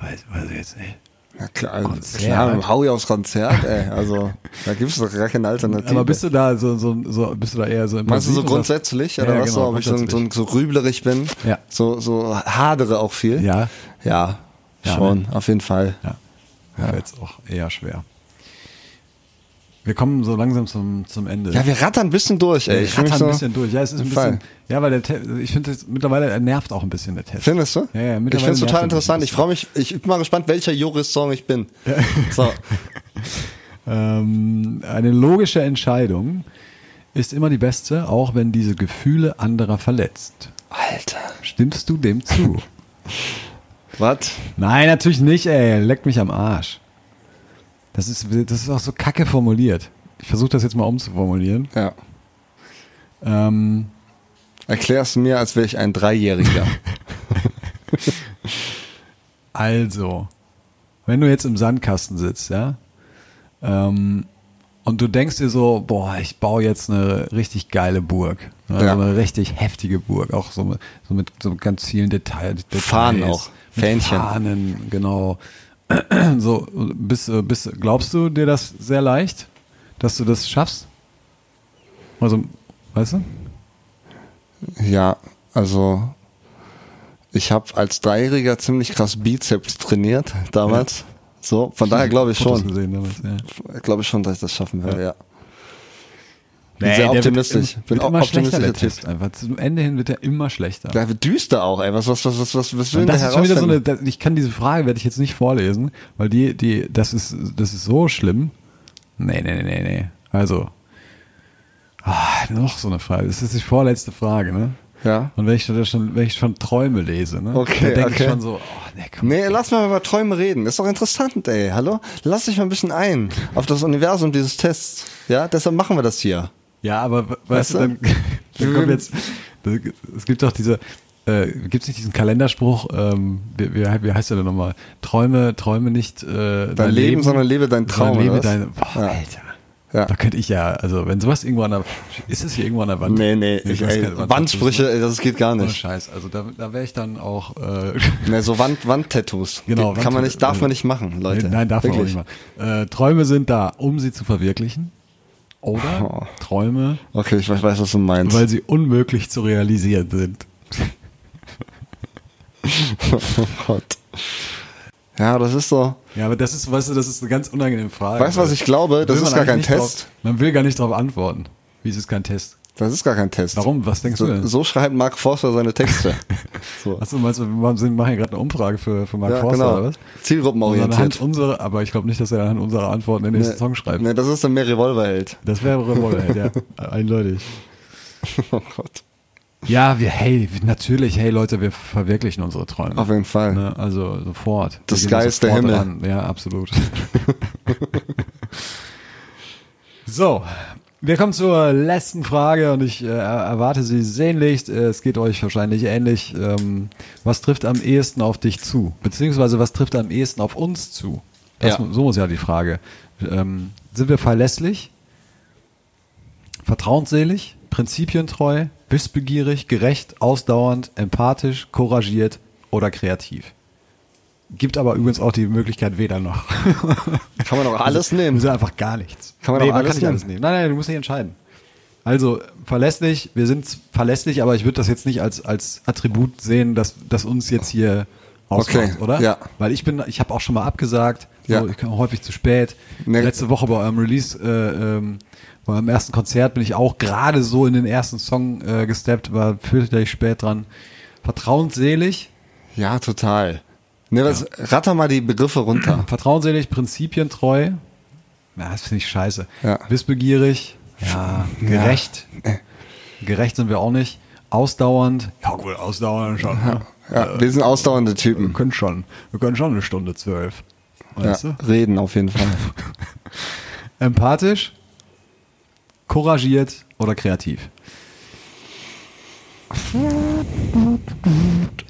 Speaker 5: weiß, weiß ich jetzt nicht.
Speaker 4: Ja, klar,
Speaker 5: Konzert.
Speaker 4: klar hau ich aufs Konzert, ey. Also, da gibt's doch gar keine Alternative.
Speaker 5: Aber bist du da so, so, so bist du da eher so im
Speaker 4: Meinst du so
Speaker 5: Prinzip oder-
Speaker 4: grundsätzlich oder
Speaker 5: Ja,
Speaker 4: was
Speaker 5: genau,
Speaker 4: so, ob ich so, so,
Speaker 5: grundsätzlich.
Speaker 4: so grüblerig bin?
Speaker 5: Ja.
Speaker 4: So, so hadere auch viel?
Speaker 5: Ja.
Speaker 4: Ja,
Speaker 5: Ja, ne?
Speaker 4: schon, auf jeden Fall.
Speaker 5: Ja, mir fällt's auch eher schwer. Wir kommen so langsam zum, zum Ende.
Speaker 4: Ja, wir rattern ein bisschen durch, ey.
Speaker 5: ich
Speaker 4: Ich fühl mich
Speaker 5: ratter
Speaker 4: so-
Speaker 5: ein bisschen durch. Ja, es ist ein
Speaker 4: Fall.
Speaker 5: bisschen. Ja, weil der Te ich finde jetzt mittlerweile er nervt auch ein bisschen der Test.
Speaker 4: Findest du?
Speaker 5: Ja, ja
Speaker 4: ich
Speaker 5: mittlerweile
Speaker 4: finde es
Speaker 5: nervt
Speaker 4: total
Speaker 5: er ein
Speaker 4: interessant. Ich
Speaker 5: bisschen.
Speaker 4: freue mich, ich bin mal gespannt, welcher Joris-Song ich bin. So,
Speaker 5: Ähm, eine logische Entscheidung ist immer die beste, auch wenn diese Gefühle anderer verletzt.
Speaker 4: Alter.
Speaker 5: Stimmst du dem zu?
Speaker 4: Was?
Speaker 5: Nein, natürlich nicht, ey. Leck mich am Arsch. Das ist, das ist auch so kacke formuliert. Ich versuche das jetzt mal umzuformulieren.
Speaker 4: Ja.
Speaker 5: Ähm,
Speaker 4: Erklär's mir, als wäre ich ein Dreijähriger.
Speaker 5: Also, wenn du jetzt im Sandkasten sitzt, ja, ähm, und du denkst dir so, boah, ich baue jetzt eine richtig geile Burg. Ne,
Speaker 4: Ja.
Speaker 5: So eine richtig heftige Burg, auch so, mit- so mit so ganz vielen Detail, Details.
Speaker 4: Fahnen auch,
Speaker 5: mit
Speaker 4: Fähnchen.
Speaker 5: Fahnen, genau. So, bist, äh, bist, glaubst du dir das sehr leicht, dass du das schaffst? Also, weißt du?
Speaker 4: ja, also ich habe als Dreijähriger ziemlich krass Bizeps trainiert damals. So, von daher glaube ich
Speaker 5: Fotos
Speaker 4: schon.
Speaker 5: gesehen damals, ja.
Speaker 4: Glaube ich schon, dass ich das schaffen werde, ja. Bin sehr
Speaker 5: Nee, der wird
Speaker 4: optimistisch.
Speaker 5: im-
Speaker 4: Bin
Speaker 5: wird immer schlechter,
Speaker 4: optimistischer
Speaker 5: der
Speaker 4: Typ.
Speaker 5: Test. Einfach zum Ende hin wird er immer schlechter.
Speaker 4: Ja, düster auch, ey. Was, was, was, was, was, was will
Speaker 5: Und
Speaker 4: denn
Speaker 5: das
Speaker 4: da
Speaker 5: ist schon wieder so eine,
Speaker 4: herausfinden?
Speaker 5: das, ich kann diese Frage werde ich jetzt nicht vorlesen, weil die, die, das ist, das ist so schlimm. Nee, nee, nee, nee, nee. Also. Ah, noch so eine Frage. Das ist die vorletzte Frage, ne?
Speaker 4: Ja.
Speaker 5: Und wenn ich da schon, wenn ich schon Träume lese, ne?
Speaker 4: Okay,
Speaker 5: Da denke
Speaker 4: okay.
Speaker 5: ich schon so, oh, nee, komm.
Speaker 4: Nee, lass mal über Träume reden. Ist doch interessant, ey. Hallo? Lass dich mal ein bisschen ein auf das Universum dieses Tests. Ja, deshalb machen wir das hier.
Speaker 5: Ja, aber we- weißt,
Speaker 4: Weißt
Speaker 5: du,
Speaker 4: du?
Speaker 5: dann, dann kommt jetzt, das- es gibt doch diese, äh, gibt es nicht diesen Kalenderspruch, ähm, wie, wie, wie heißt der denn nochmal? Träume, träume nicht äh, dein,
Speaker 4: Leben, sondern lebe deinen Traum,
Speaker 5: Sondern lebe
Speaker 4: oder was?
Speaker 5: deine, boah,
Speaker 4: Ja.
Speaker 5: Alter.
Speaker 4: Ja.
Speaker 5: Da könnte ich ja, also wenn sowas irgendwo an der, ist es hier irgendwo an der Wand?
Speaker 4: Nee, nee, ich,
Speaker 5: du hast
Speaker 4: ey,
Speaker 5: keine Wand-
Speaker 4: Wandsprüche, ey, das geht gar
Speaker 5: ne? Ohne
Speaker 4: nicht.
Speaker 5: Scheiß, also da, da wäre ich dann auch, äh,
Speaker 4: Nee, so Wand, Wandtattoos.
Speaker 5: genau.
Speaker 4: Kann man
Speaker 5: Wand-
Speaker 4: nicht, darf
Speaker 5: äh,
Speaker 4: man nicht machen, Leute.
Speaker 5: Nee, nein, darf
Speaker 4: Wirklich.
Speaker 5: man auch nicht machen. Äh, Träume sind da, um sie zu verwirklichen. Oder
Speaker 4: Oh.
Speaker 5: Träume
Speaker 4: Okay, ich weiß, was du meinst.
Speaker 5: weil sie unmöglich zu realisieren sind.
Speaker 4: oh Gott. Ja, das ist so.
Speaker 5: Ja, aber das ist, weißt du, das ist eine ganz unangenehme Frage.
Speaker 4: Weißt du, was ich glaube? Das
Speaker 5: Will man
Speaker 4: ist gar
Speaker 5: eigentlich
Speaker 4: kein
Speaker 5: nicht
Speaker 4: Test.
Speaker 5: Drauf, man will gar nicht darauf antworten. Wie ist es kein Test?
Speaker 4: Das ist gar kein Test.
Speaker 5: Warum? Was denkst
Speaker 4: so,
Speaker 5: du denn?
Speaker 4: So schreibt Mark Forster seine Texte. Ne, So.
Speaker 5: Achso, meinst du, wir sind- machen gerade eine Umfrage für, für Mark
Speaker 4: Ja,
Speaker 5: Forster
Speaker 4: genau.
Speaker 5: oder was?
Speaker 4: Zielgruppenorientiert.
Speaker 5: Und anhand unserer, aber ich glaube nicht, dass er anhand unserer Antworten den nächsten Song schreibt.
Speaker 4: Nee, ne, das ist dann mehr Revolverheld.
Speaker 5: Das wäre Revolverheld, ja. Eindeutig.
Speaker 4: Oh Gott.
Speaker 5: Ja, wir, hey, natürlich, hey Leute, wir verwirklichen unsere Träume.
Speaker 4: Auf jeden Fall.
Speaker 5: Ne, also sofort.
Speaker 4: The
Speaker 5: Wir gehen
Speaker 4: sky
Speaker 5: da
Speaker 4: is the
Speaker 5: sofort
Speaker 4: Himmel.
Speaker 5: ran. Ja, absolut. so, wir kommen zur letzten Frage und ich äh, erwarte sie sehnlichst. Äh, Es geht euch wahrscheinlich ähnlich. Ähm, was trifft am ehesten auf dich zu? Beziehungsweise was trifft am ehesten auf uns zu?
Speaker 4: Ja.
Speaker 5: Das, mu- So ist ja die Frage. Ähm, sind wir verlässlich? Vertrauensselig, prinzipientreu, wissbegierig, gerecht, ausdauernd, empathisch, couragiert oder kreativ. Gibt aber übrigens auch die Möglichkeit weder noch.
Speaker 4: Kann man auch alles nehmen.
Speaker 5: Also einfach gar nichts.
Speaker 4: Kann man auch alles
Speaker 5: nicht
Speaker 4: nehmen.
Speaker 5: alles nehmen. Nein, nein, du musst dich entscheiden. Also verlässlich, wir sind verlässlich, aber ich würde das jetzt nicht als, als Attribut sehen, dass das uns jetzt hier ausmacht,
Speaker 4: Okay,
Speaker 5: oder?
Speaker 4: ja.
Speaker 5: Weil ich bin, ich habe auch schon mal abgesagt, so,
Speaker 4: Ja.
Speaker 5: ich komme häufig zu spät.
Speaker 4: Nee.
Speaker 5: Letzte Woche bei eurem Release, äh, ähm, bei eurem ersten Konzert bin ich auch gerade so in den ersten Song äh, gesteppt, war fürchterlich spät dran. Vertrauensselig,
Speaker 4: Ja, total. Nee, was, Ratter mal die Begriffe runter.
Speaker 5: vertrauensselig, prinzipientreu. Ja, das finde ich scheiße.
Speaker 4: Ja. Äh.
Speaker 5: Wissbegierig. Ja, gerecht. Gerecht sind wir auch nicht. Ausdauernd. Ja, gut, ausdauernd schon. ne?
Speaker 4: Ja, wir sind ausdauernde
Speaker 5: Wir
Speaker 4: Typen.
Speaker 5: können schon. Wir können schon eine Stunde zwölf.
Speaker 4: Ja,
Speaker 5: Weißt
Speaker 4: reden auf jeden Fall.
Speaker 5: du? Empathisch, couragiert oder kreativ.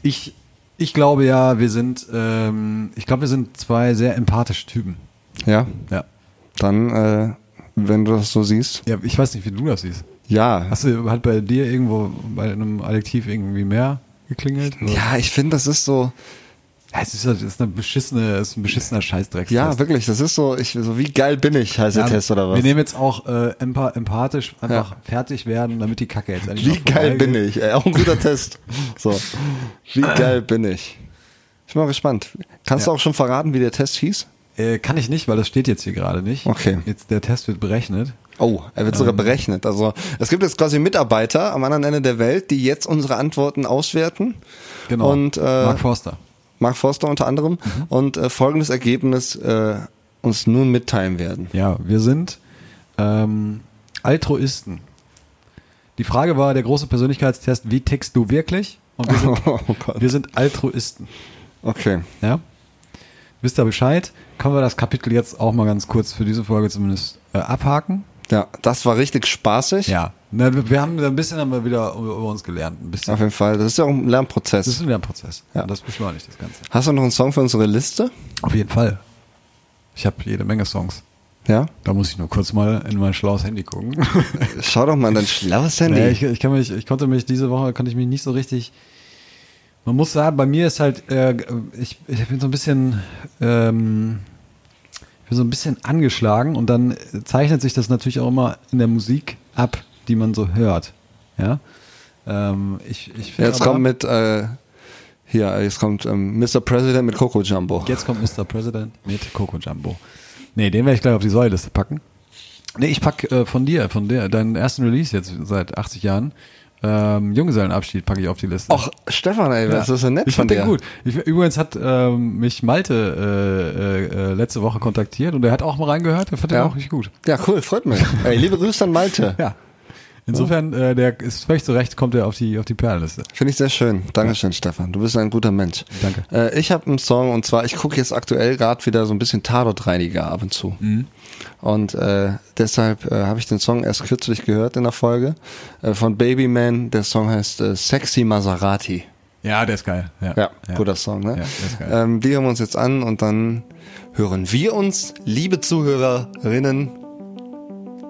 Speaker 5: Ich, ich glaube ja, wir sind, ähm, ich glaube, wir sind zwei sehr empathische Typen.
Speaker 4: Ja,
Speaker 5: Ja.
Speaker 4: dann, äh, wenn du das so siehst.
Speaker 5: Ja, ich weiß nicht, wie du das siehst.
Speaker 4: Ja.
Speaker 5: Hast du, hat bei dir irgendwo bei einem Adjektiv irgendwie mehr geklingelt? Oder?
Speaker 4: Ja, ich finde, das ist so,
Speaker 5: Ja, Es ist, halt- es ist, eine beschissene, es ist ein beschissener Scheißdreck.
Speaker 4: ja, wirklich, das ist so, ich, so wie geil bin ich, heißt der Test oder was?
Speaker 5: Wir nehmen jetzt auch äh, empa empathisch einfach
Speaker 4: Ja.
Speaker 5: fertig werden, damit die Kacke jetzt endlich
Speaker 4: Wie
Speaker 5: mal
Speaker 4: geil bin
Speaker 5: vorbeigeht.
Speaker 4: ich? Ey, auch ein guter Test. So. Wie geil bin ich? Ich bin mal gespannt. Kannst
Speaker 5: Äh. Ja.
Speaker 4: du auch schon verraten, wie der Test hieß?
Speaker 5: Äh, kann ich nicht, weil das steht jetzt hier gerade nicht.
Speaker 4: Okay.
Speaker 5: Jetzt, der Test wird berechnet.
Speaker 4: Oh, er wird sogar
Speaker 5: Ähm.
Speaker 4: berechnet. Also es gibt jetzt quasi Mitarbeiter am anderen Ende der Welt, die jetzt unsere Antworten auswerten.
Speaker 5: Genau.
Speaker 4: Und äh,
Speaker 5: Mark Forster.
Speaker 4: Mark Forster unter anderem.
Speaker 5: Mhm.
Speaker 4: Und äh, folgendes Ergebnis äh, uns nun mitteilen werden.
Speaker 5: Ja, wir sind ähm, Altruisten. Die Frage war der große Persönlichkeitstest, wie tickst du wirklich? Und wir sind,
Speaker 4: Oh Gott.
Speaker 5: wir sind Altruisten.
Speaker 4: Okay.
Speaker 5: Ja. Wisst ihr Bescheid? Können wir das Kapitel jetzt auch mal ganz kurz für diese Folge zumindest äh, abhaken?
Speaker 4: Ja, das war richtig spaßig.
Speaker 5: Ja. Na, wir, wir haben ein bisschen haben wir wieder über, über uns gelernt. Ein bisschen.
Speaker 4: Auf jeden Fall. Das ist ja auch ein Lernprozess.
Speaker 5: Das ist wieder ein Prozess.
Speaker 4: Ja.
Speaker 5: Und Das beschleunigt das Ganze.
Speaker 4: Hast du noch einen Song für unsere Liste?
Speaker 5: Auf jeden Fall. Ich habe jede Menge Songs.
Speaker 4: Ja.
Speaker 5: Da muss ich nur kurz mal in mein schlaues Handy gucken.
Speaker 4: Schau doch mal in dein schlaues Handy.
Speaker 5: Nee, ich, ich, kann mich, ich konnte mich diese Woche konnte ich mich nicht so richtig. Man muss sagen, bei mir ist halt, äh, ich, ich bin so ein bisschen, ähm, ich bin so ein bisschen angeschlagen und dann zeichnet sich das natürlich auch immer in der Musik ab, die man so hört. Ja. Ähm, ich, ich
Speaker 4: Ja,
Speaker 5: finde
Speaker 4: Jetzt
Speaker 5: aber-
Speaker 4: kommt mit äh, Hier, jetzt kommt ähm, Mr. President mit Coco Jumbo.
Speaker 5: Jetzt kommt Mr. President mit Coco Jumbo. Nee, den werde ich gleich auf die Säuliste packen. Nee, ich pack äh, von dir, von der, deinen ersten Release jetzt seit 80 Jahren. Ähm, Junggesellenabschied packe ich auf die Liste.
Speaker 4: Och, Stefan, ey, das
Speaker 5: Ja.
Speaker 4: ist ja nett
Speaker 5: ich
Speaker 4: von
Speaker 5: fand
Speaker 4: dir.
Speaker 5: den gut. Ich, übrigens hat ähm, mich Malte äh, äh, äh, letzte Woche kontaktiert und er hat auch mal reingehört. Er fand den
Speaker 4: Ja.
Speaker 5: auch richtig gut.
Speaker 4: Ja, cool, freut mich. Ey, liebe Grüße an Malte.
Speaker 5: Ja. Insofern, äh, der ist völlig zu Recht, kommt er auf die, auf die Perlenliste.
Speaker 4: Finde ich sehr schön. Dankeschön, Stefan. Du bist ein guter Mensch.
Speaker 5: Danke.
Speaker 4: Äh, ich habe einen Song und zwar, ich gucke jetzt aktuell gerade wieder so ein bisschen Tatortreiniger ab und zu.
Speaker 5: Mhm.
Speaker 4: Und äh, deshalb äh, habe ich den Song erst kürzlich gehört in der Folge äh, von Babyman. Der Song heißt äh, Sexy Maserati.
Speaker 5: Ja, der ist geil. Ja,
Speaker 4: Ja, guter Song, ne?
Speaker 5: Ja, der ist geil.
Speaker 4: ähm, die hören wir uns jetzt an und dann hören wir uns, liebe Zuhörerinnen,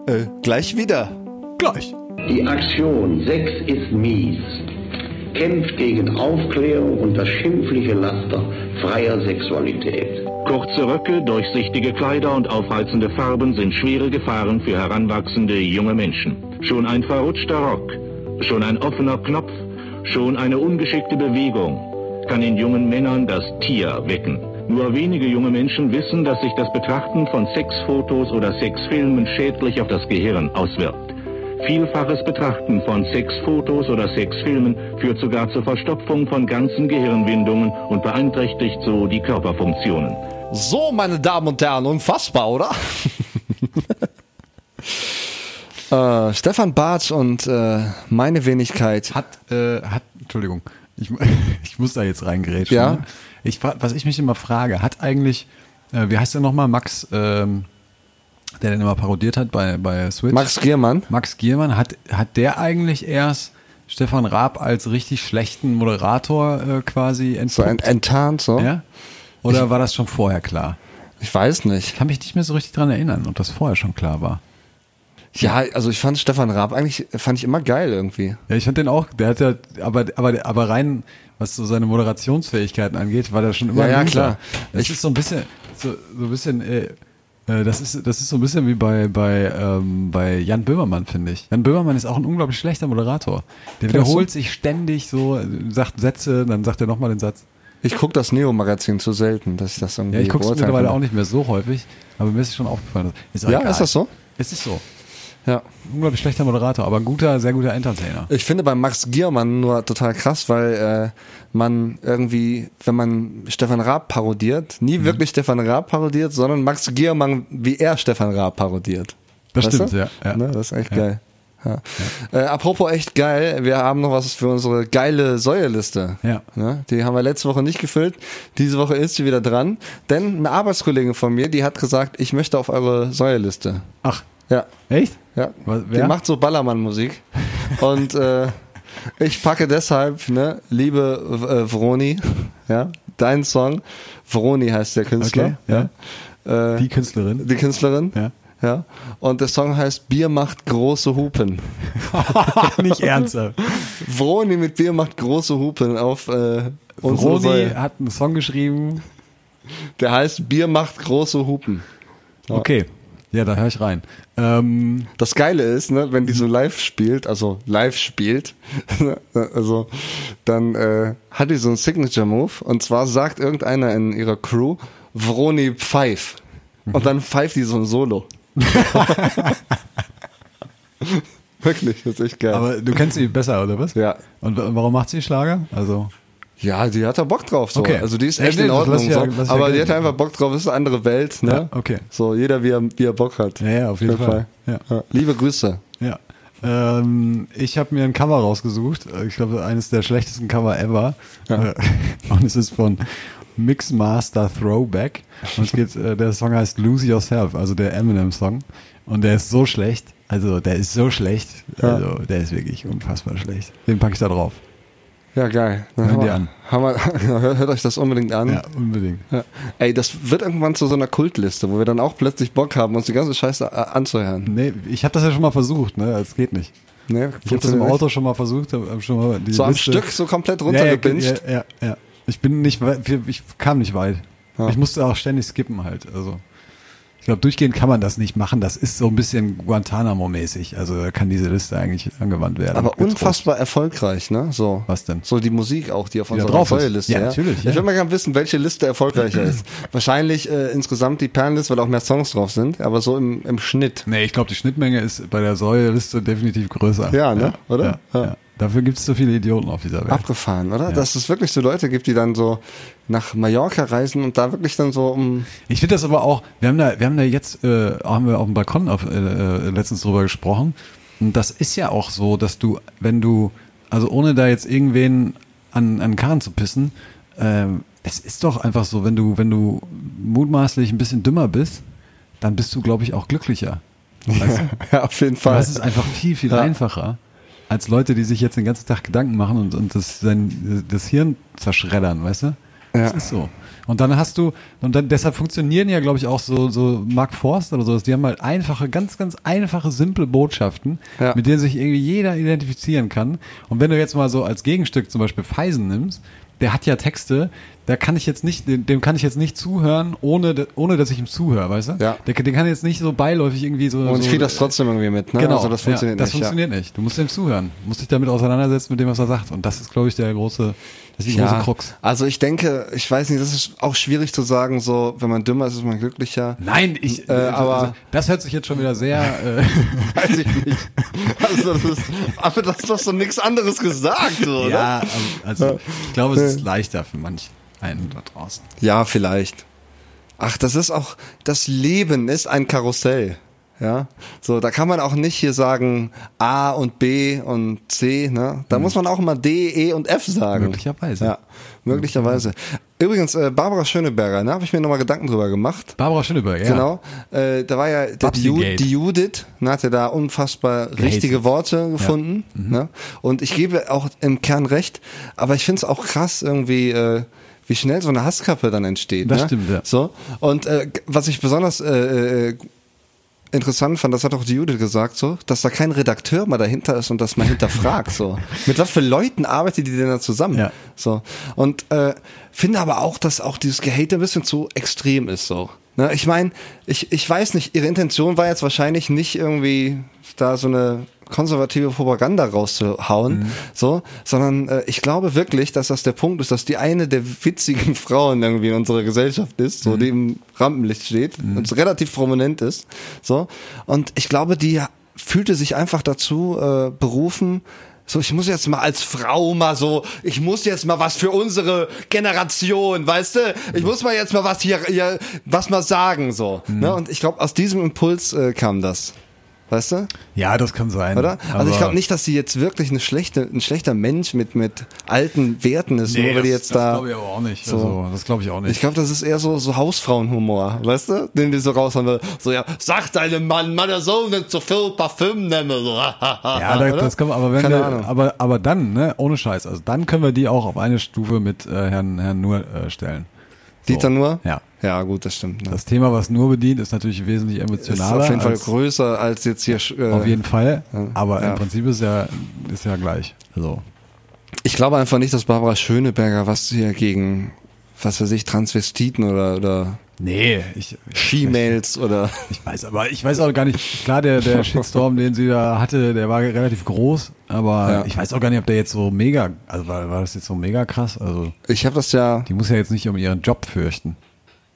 Speaker 4: äh, gleich wieder.
Speaker 5: Gleich.
Speaker 7: Die Aktion Sex ist mies kämpft gegen Aufklärung und das schimpfliche Laster freier Sexualität.
Speaker 8: Kurze Röcke, durchsichtige Kleider und aufreizende Farben sind schwere Gefahren für heranwachsende junge Menschen. Schon ein verrutschter Rock, schon ein offener Knopf, schon eine ungeschickte Bewegung kann in jungen Männern das Tier wecken. Nur wenige junge Menschen wissen, dass sich das Betrachten von Sexfotos oder Sexfilmen schädlich auf das Gehirn auswirkt. Vielfaches Betrachten von Sexfotos oder Sexfilmen führt sogar zur Verstopfung von ganzen Gehirnwindungen und beeinträchtigt so die Körperfunktionen.
Speaker 4: So, meine Damen und Herren, unfassbar, oder? äh, Stefan Bartsch und äh, meine Wenigkeit.
Speaker 5: Hat, äh, hat, Entschuldigung, ich, mu- ich muss da jetzt reingrätschen.
Speaker 4: Ja.
Speaker 5: ne? Ich, fra- was ich mich immer frage, hat eigentlich, äh, wie heißt der nochmal, Max, ähm, der den immer parodiert hat bei, bei Switch?
Speaker 4: Max Giermann?
Speaker 5: Max Giermann, hat, hat der eigentlich erst Stefan Raab als richtig schlechten Moderator äh, quasi entpuppt?
Speaker 4: So ent enttarnt, so.
Speaker 5: ja? Oder war das schon vorher klar?
Speaker 4: Ich weiß nicht.
Speaker 5: Kann mich nicht mehr so richtig dran erinnern, ob das vorher schon klar war.
Speaker 4: Ja, also ich fand Stefan Raab eigentlich, fand ich immer geil irgendwie.
Speaker 5: Ja, ich fand den auch, der hat ja, aber, aber, aber rein, was so seine Moderationsfähigkeiten angeht, war der schon immer
Speaker 4: Ja, ja,
Speaker 5: ein Loser.
Speaker 4: klar.
Speaker 5: Das
Speaker 4: Ich-
Speaker 5: ist so ein bisschen, so, so ein bisschen, äh, äh, das ist, das ist so ein bisschen wie bei, bei, ähm, bei Jan Böhmermann, finde ich. Jan Böhmermann ist auch ein unglaublich schlechter Moderator. Der wiederholt sich ständig so, äh, sagt Sätze, dann sagt er nochmal den Satz.
Speaker 4: Ich gucke das Neo-Magazin zu selten, dass ich das irgendwie
Speaker 5: Ja, ich gucke es
Speaker 4: beurteilen
Speaker 5: mittlerweile
Speaker 4: kann.
Speaker 5: auch nicht mehr so häufig, aber mir ist es schon aufgefallen. Ist auch
Speaker 4: Ja,
Speaker 5: egal.
Speaker 4: ist das so?
Speaker 5: Es ist so.
Speaker 4: Ja.
Speaker 5: Unglaublich schlechter Moderator, aber ein guter, sehr guter Entertainer.
Speaker 4: Ich finde bei Max Giermann nur total krass, weil äh, man irgendwie, wenn man Stefan Raab parodiert, nie
Speaker 5: Mhm.
Speaker 4: wirklich Stefan Raab parodiert, sondern Max Giermann, wie er Stefan Raab parodiert.
Speaker 5: Das stimmt, ja, ja.
Speaker 4: Ne, das ist echt geil. Ja. Äh, apropos echt geil, wir haben noch was für unsere geile Säuerliste.
Speaker 5: Ja.
Speaker 4: Ne? Die haben wir letzte Woche nicht gefüllt. Diese Woche ist sie wieder dran. Denn eine Arbeitskollegin von mir, die hat gesagt, ich möchte auf eure Säuerliste.
Speaker 5: Ach,
Speaker 4: Ja.
Speaker 5: echt?
Speaker 4: Ja,
Speaker 5: Was-
Speaker 4: die
Speaker 5: wer?
Speaker 4: macht so Ballermann-Musik. Und äh, ich packe deshalb, ne, liebe äh, Vroni, ja, dein Song, Vroni heißt der Künstler.
Speaker 5: Okay,
Speaker 4: ja. Äh,
Speaker 5: Die Künstlerin.
Speaker 4: die Künstlerin.
Speaker 5: Ja.
Speaker 4: ja. Und der Song heißt Bier macht große Hupen.
Speaker 5: Nicht ernsthaft.
Speaker 4: Vroni mit Bier macht große Hupen auf äh, unsere
Speaker 5: Roni
Speaker 4: Säule.
Speaker 5: hat einen Song geschrieben.
Speaker 4: Der heißt Bier macht große Hupen.
Speaker 5: Okay. Ja, da höre ich rein. Ähm,
Speaker 4: Das Geile ist, ne, wenn die so live spielt, also live spielt, ne, also dann äh, hat die so einen Signature Move und zwar sagt irgendeiner in ihrer Crew Vroni pfeif und dann pfeift die so ein Solo. Wirklich, das ist echt geil.
Speaker 5: aber du kennst sie besser, oder was?
Speaker 4: Ja.
Speaker 5: Und wa- warum macht sie Schlager? Also,
Speaker 4: ja, die hat da Bock drauf. So.
Speaker 5: Okay.
Speaker 4: Also die ist
Speaker 5: Ja,
Speaker 4: echt
Speaker 5: nee,
Speaker 4: in
Speaker 5: das
Speaker 4: Ordnung.
Speaker 5: lass ich ja-
Speaker 4: so.
Speaker 5: lass ich ja
Speaker 4: Aber die
Speaker 5: gelten.
Speaker 4: hat einfach Bock drauf. Das ist eine andere Welt. Ne?
Speaker 5: Ja, okay.
Speaker 4: So jeder wie er, wie er Bock hat.
Speaker 5: Ja, ja, auf jeden Fall. Ja.
Speaker 4: Liebe Grüße.
Speaker 5: ja. Ähm, ich habe mir ein Cover rausgesucht. Äh, Ich glaube, eines der schlechtesten Cover ever. Äh, Und es ist von Mixmaster Throwback. Und es geht, äh, der Song heißt Lose Yourself, also der Eminem-Song. Und der ist so schlecht. Also, der ist so schlecht. Also, der ist wirklich unfassbar schlecht. Den packe ich da drauf.
Speaker 4: Ja, geil. Na,
Speaker 5: Hören
Speaker 4: haben
Speaker 5: die
Speaker 4: wir-
Speaker 5: an.
Speaker 4: Haben wir, hört, hört euch das unbedingt an.
Speaker 5: Ja, unbedingt.
Speaker 4: Ja. Ey, das wird irgendwann zu so einer Kultliste, wo wir dann auch plötzlich Bock haben, uns die ganze Scheiße äh, anzuhören.
Speaker 5: Nee, ich habe das ja schon mal versucht, ne? Es geht nicht.
Speaker 4: Nee,
Speaker 5: Ich habe das im
Speaker 4: funktioniert
Speaker 5: Auto schon mal versucht, hab, hab schon mal die
Speaker 4: So am
Speaker 5: Liste-
Speaker 4: Stück, so komplett
Speaker 5: ja, ja,
Speaker 4: runtergebinged.
Speaker 5: ja, ja, ja. Ich bin nicht weit, ich kam nicht weit. Ich musste auch ständig skippen halt. Also ich Ich glaube, durchgehend kann man das nicht machen. Das ist so ein bisschen Guantanamo-mäßig. Also da kann diese Liste eigentlich angewandt werden.
Speaker 4: Aber
Speaker 5: Getrost.
Speaker 4: unfassbar erfolgreich, ne? So.
Speaker 5: Was denn?
Speaker 4: So die Musik auch, die auf unserer
Speaker 5: drauf ist.
Speaker 4: Liste.
Speaker 5: Ja, natürlich, ja.
Speaker 4: Ich würde mal gerne wissen, welche Liste erfolgreicher ist. Wahrscheinlich äh, insgesamt die Perlenliste, weil auch mehr Songs drauf sind, aber so im, im Schnitt.
Speaker 5: Nee, ich glaube, die Schnittmenge ist bei der Säule-Liste definitiv größer.
Speaker 4: Ja, ne? Oder?
Speaker 5: Ja,
Speaker 4: Ja.
Speaker 5: ja. Dafür gibt es so viele Idioten auf dieser Welt.
Speaker 4: Abgefahren, oder? Dass es wirklich so Leute gibt, die dann so nach Mallorca reisen und da wirklich dann so um.
Speaker 5: Ich finde das aber auch, wir haben da, wir haben da jetzt, äh, haben wir auf dem Balkon auf, äh, äh, letztens drüber gesprochen. Und das ist ja auch so, dass du, wenn du, also ohne da jetzt irgendwen an, an den Karren zu pissen, ähm, es ist doch einfach so, wenn du, wenn du mutmaßlich ein bisschen dümmer bist, dann bist du, glaube ich, auch glücklicher. Weißt du?
Speaker 4: ja, auf jeden Fall.
Speaker 5: Das ist einfach viel, viel
Speaker 4: Ja.
Speaker 5: einfacher als Leute, die sich jetzt den ganzen Tag Gedanken machen und, und das, sein, das Hirn zerschreddern, weißt du? Das
Speaker 4: Ja.
Speaker 5: ist so. Und dann hast du, und dann deshalb funktionieren ja, glaube ich, auch so, so Mark Forst oder sowas, die haben halt einfache, ganz, ganz einfache, simple Botschaften,
Speaker 4: Ja.
Speaker 5: mit denen sich irgendwie jeder identifizieren kann. Und wenn du jetzt mal so als Gegenstück zum Beispiel Feisen nimmst, der hat ja Texte, da kann ich jetzt nicht, dem dem kann ich jetzt nicht zuhören, ohne, ohne dass ich ihm zuhöre, weißt du?
Speaker 4: Ja.
Speaker 5: Der, den kann jetzt nicht so beiläufig irgendwie so.
Speaker 4: und
Speaker 5: Also so äh,
Speaker 4: ich kriege das trotzdem irgendwie mit, ne?
Speaker 5: Genau,
Speaker 4: Also das funktioniert
Speaker 5: ja, das
Speaker 4: nicht. ja.
Speaker 5: funktioniert nicht. Du musst dem zuhören, Du musst dich damit auseinandersetzen mit dem, was er sagt. Und das ist, glaube ich, der große, das ist die große Krux.
Speaker 4: Also ich denke, ich weiß nicht, das ist auch schwierig zu sagen, so wenn man dümmer ist, ist man glücklicher.
Speaker 5: Nein, ich, also,
Speaker 4: Äh, aber-
Speaker 5: das hört sich jetzt schon wieder sehr. Äh,
Speaker 4: Weiß ich nicht. Also das ist, aber das ist doch so nichts anderes gesagt, so, oder?
Speaker 5: ja, also also, ich glaube, es ist leichter für manch einen da draußen.
Speaker 4: ja, vielleicht. Ach, das ist auch, das Leben ist ein Karussell. Ja, so, da kann man auch nicht hier sagen A und B und C, ne? Da muss man auch immer D, E und F sagen.
Speaker 5: Möglicherweise.
Speaker 4: Ja, möglicherweise. Übrigens, äh, Barbara Schöneberger, ne, habe ich mir nochmal Gedanken drüber gemacht.
Speaker 5: Barbara Schöneberg, ja.
Speaker 4: Genau. Äh, da war ja der
Speaker 5: Babsi
Speaker 4: Ju
Speaker 5: Gate.
Speaker 4: die Judith, ne, hat ja da unfassbar richtige Worte gefunden.
Speaker 5: Mhm.
Speaker 4: Ne? Und ich gebe auch im Kern recht, aber ich finde es auch krass irgendwie. Äh, wie schnell so eine Hasskappe dann entsteht.
Speaker 5: Das
Speaker 4: ne?
Speaker 5: stimmt, ja.
Speaker 4: So. Und äh, g- was ich besonders äh, äh, interessant fand, das hat auch die Judith gesagt, so, dass da kein Redakteur mal dahinter ist und das mal hinterfragt. So. Mit was für Leuten arbeitet die denn da zusammen?
Speaker 5: Ja.
Speaker 4: So. Und äh, finde aber auch, dass auch dieses Gehate ein bisschen zu extrem ist. So. Ne? Ich meine, ich, ich weiß nicht, ihre Intention war jetzt wahrscheinlich nicht irgendwie da so eine konservative Propaganda rauszuhauen, so, sondern äh, ich glaube wirklich, dass das der Punkt ist, dass die eine der witzigen Frauen irgendwie in unserer Gesellschaft ist, so die im Rampenlicht steht und relativ prominent ist, so und ich glaube, die fühlte sich einfach dazu äh, berufen, so, ich muss jetzt mal als Frau mal so, ich muss jetzt mal was für unsere Generation, weißt du? Ich muss mal jetzt mal was hier, hier was mal sagen, so.
Speaker 5: Mhm.
Speaker 4: Ne? Und ich glaube, aus diesem Impuls äh, kam das. Weißt du?
Speaker 5: Ja, das kann sein.
Speaker 4: Oder? Also ich
Speaker 5: Aber-
Speaker 4: glaube nicht, dass sie jetzt wirklich eine schlechte, ein schlechter Mensch mit, mit alten Werten ist, nur
Speaker 5: Nee,
Speaker 4: weil die
Speaker 5: das-
Speaker 4: jetzt
Speaker 5: das
Speaker 4: da.
Speaker 5: glaube ich aber auch nicht.
Speaker 4: So.
Speaker 5: Also, das glaube ich auch nicht.
Speaker 4: Ich glaube, das ist eher so, so Hausfrauenhumor, weißt du? Den die so raushauen. So, ja, sag deinem Mann, meine Sohn nicht zu viel Parfüm nehmen. So,
Speaker 5: Ja, da, das kann man, aber wenn
Speaker 4: Keine
Speaker 5: wir,
Speaker 4: Ahnung.
Speaker 5: aber aber dann, ne, ohne Scheiß, also dann können wir die auch auf eine Stufe mit äh, Herrn Herrn Nur äh, stellen.
Speaker 4: Dieter nur?
Speaker 5: Ja.
Speaker 4: Ja, gut, das stimmt. Ne?
Speaker 5: Das Thema, was Nur bedient, ist natürlich wesentlich
Speaker 4: ist
Speaker 5: emotionaler.
Speaker 4: auf jeden Fall
Speaker 5: als,
Speaker 4: größer als jetzt hier. Äh,
Speaker 5: auf jeden Fall, aber
Speaker 4: Ja.
Speaker 5: im Prinzip ist ja ist ja gleich. So.
Speaker 4: Ich glaube einfach nicht, dass Barbara Schöneberger was hier gegen, was weiß ich, Transvestiten oder, oder
Speaker 5: Nee, ich,
Speaker 4: She-Mails oder.
Speaker 5: ich weiß, aber ich weiß auch gar nicht. Klar, der, der Shitstorm, den sie da hatte, der war relativ groß, aber
Speaker 4: Ja.
Speaker 5: ich weiß auch gar nicht, ob der jetzt so mega, also war, war das jetzt so mega krass? Also
Speaker 4: Ich habe das ja.
Speaker 5: die muss ja jetzt nicht um ihren Job fürchten.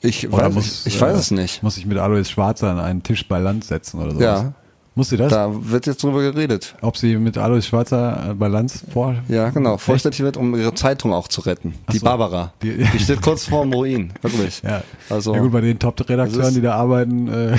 Speaker 4: Ich
Speaker 5: Oder
Speaker 4: weiß,
Speaker 5: muss,
Speaker 4: ich, ich weiß
Speaker 5: äh,
Speaker 4: es nicht.
Speaker 5: Muss ich mit Alois Schwarzer an einen Tisch bei Land setzen oder so?
Speaker 4: Ja.
Speaker 5: Muss sie das?
Speaker 4: Da wird jetzt drüber geredet.
Speaker 5: Ob sie mit Alois Schwarzer äh, bei Lanz vor?
Speaker 4: Ja, genau.
Speaker 5: Echt?
Speaker 4: Vorstellig wird, um ihre Zeitung auch zu retten. Die
Speaker 5: so.
Speaker 4: Barbara. Die,
Speaker 5: Die-
Speaker 4: steht kurz vorm Ruin. Wirklich.
Speaker 5: Ja.
Speaker 4: Also,
Speaker 5: ja gut, bei den
Speaker 4: das ist-
Speaker 5: Top-Redakteuren, die da arbeiten, äh,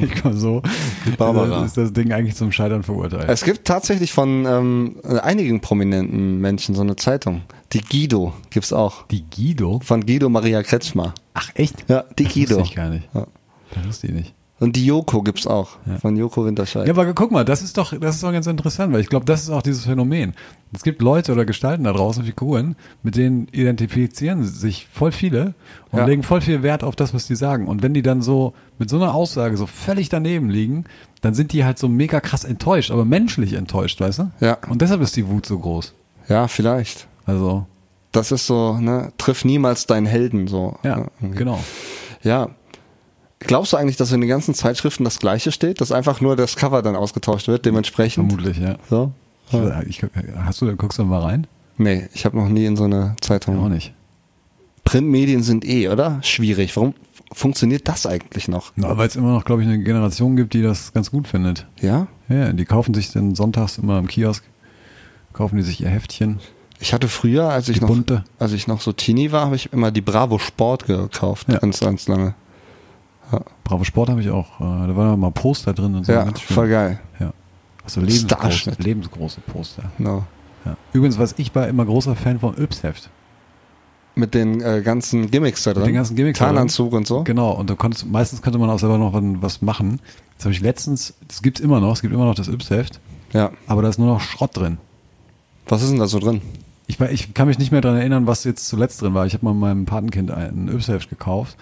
Speaker 5: ich mal so, äh,
Speaker 4: Barbara.
Speaker 5: ist das Ding eigentlich zum Scheitern verurteilt.
Speaker 4: es gibt tatsächlich von ähm, einigen prominenten Menschen so eine Zeitung. Die Guido gibt's auch.
Speaker 5: die Guido?
Speaker 4: Von Guido Maria Kretschmer.
Speaker 5: Ach echt?
Speaker 4: Ja, die
Speaker 5: Das
Speaker 4: Guido.
Speaker 5: wusste ich gar nicht.
Speaker 4: Ja.
Speaker 5: Das wusste ich nicht.
Speaker 4: Und die Joko gibt's auch. Von Joko Winterscheid.
Speaker 5: Ja, aber guck mal, das ist doch, das ist doch ganz interessant, weil ich glaube, das ist auch dieses Phänomen. Es gibt Leute oder Gestalten da draußen, Figuren, mit denen identifizieren sich voll viele und
Speaker 4: Ja.
Speaker 5: legen voll viel Wert auf das, was die sagen. Und wenn die dann so mit so einer Aussage so völlig daneben liegen, dann sind die halt so mega krass enttäuscht, aber menschlich enttäuscht, weißt du?
Speaker 4: Ja.
Speaker 5: Und deshalb ist die Wut so groß.
Speaker 4: ja, vielleicht.
Speaker 5: Also,
Speaker 4: Das ist so, ne, triff niemals deinen Helden so.
Speaker 5: ja,
Speaker 4: Ne?
Speaker 5: genau.
Speaker 4: Ja. Glaubst du eigentlich, dass in den ganzen Zeitschriften das gleiche steht, dass einfach nur das Cover dann ausgetauscht wird, dementsprechend?
Speaker 5: Vermutlich, ja.
Speaker 4: So?
Speaker 5: Ich, hast du, guckst du mal rein?
Speaker 4: Nee, ich habe noch nie in so einer Zeitung.
Speaker 5: Auch nicht.
Speaker 4: Printmedien sind eh, oder? Schwierig. Warum funktioniert das eigentlich noch?
Speaker 5: Na, Weil es immer noch, glaube ich, eine Generation gibt, die das ganz gut findet.
Speaker 4: Ja?
Speaker 5: Ja, die kaufen sich dann sonntags immer im Kiosk, kaufen die sich ihr Heftchen.
Speaker 4: Ich hatte früher, als ich,
Speaker 5: Die
Speaker 4: noch,
Speaker 5: bunte.
Speaker 4: als ich noch so Teenie war, habe ich immer die Bravo Sport gekauft.
Speaker 5: Ja.
Speaker 4: Ganz, ganz lange.
Speaker 5: Bravo Sport habe ich auch. äh, Da waren auch mal Poster drin und so.
Speaker 4: Ja,
Speaker 5: Ganz schön.
Speaker 4: voll geil.
Speaker 5: Ja. Also lebensgroße,
Speaker 4: Starschnitt.
Speaker 5: lebensgroße Poster.
Speaker 4: Genau.
Speaker 5: Ja. Übrigens, was ich war immer großer Fan vom Yps-Heft.
Speaker 4: Mit den äh, ganzen Gimmicks da drin.
Speaker 5: Mit den ganzen Gimmicks.
Speaker 4: Tarnanzug und so.
Speaker 5: Genau, und du konntest, meistens konnte man auch selber noch wan- was machen. Jetzt habe ich letztens, das gibt's immer noch, es gibt immer noch das Yps-Heft,
Speaker 4: Ja.
Speaker 5: aber da ist nur noch Schrott drin.
Speaker 4: Was ist denn da so drin?
Speaker 5: Ich, war- ich kann mich nicht mehr dran erinnern, was jetzt zuletzt drin war. Ich habe mal meinem Patenkind ein Yps-Heft gekauft.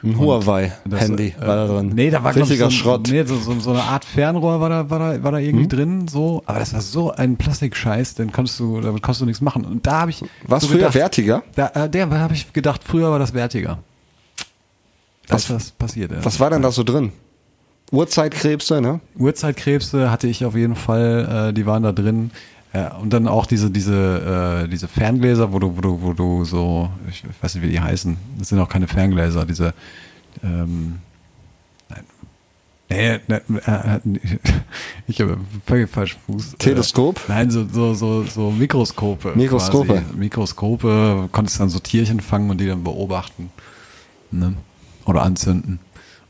Speaker 4: Ein
Speaker 5: Das,
Speaker 4: Huawei-Handy
Speaker 5: äh,
Speaker 4: war da drin.
Speaker 5: Nee, da war glaub ich,
Speaker 4: Richtiger
Speaker 5: so, ein-
Speaker 4: Schrott. Hm?
Speaker 5: Nee, so, so, so eine Art Fernrohr war da, war da, war da irgendwie drin, so. Aber das war so ein Plastikscheiß, dann konntest du, damit konntest du nichts machen. Und da habe ich.
Speaker 4: Was
Speaker 5: so
Speaker 4: früher
Speaker 5: gedacht,
Speaker 4: wertiger?
Speaker 5: Da, äh, der habe ich gedacht, früher war das wertiger. Das, was passiert, ja.
Speaker 4: Was war denn da so drin? Uhrzeitkrebse, ne?
Speaker 5: Uhrzeitkrebse hatte ich auf jeden Fall, äh, die waren da drin. Äh, und dann auch diese, diese, äh, diese Ferngläser, wo du, wo du, wo du so, ich weiß nicht, wie die heißen. Das sind auch keine Ferngläser, diese, ähm, nein. Nee, nee, äh, äh, ich habe völlig falschen Fuß.
Speaker 4: Teleskop?
Speaker 5: Äh, nein, so, so, so, so Mikroskope.
Speaker 4: Mikroskope.
Speaker 5: Quasi. Mikroskope, konntest dann so Tierchen fangen und die dann beobachten. Ne? Oder anzünden.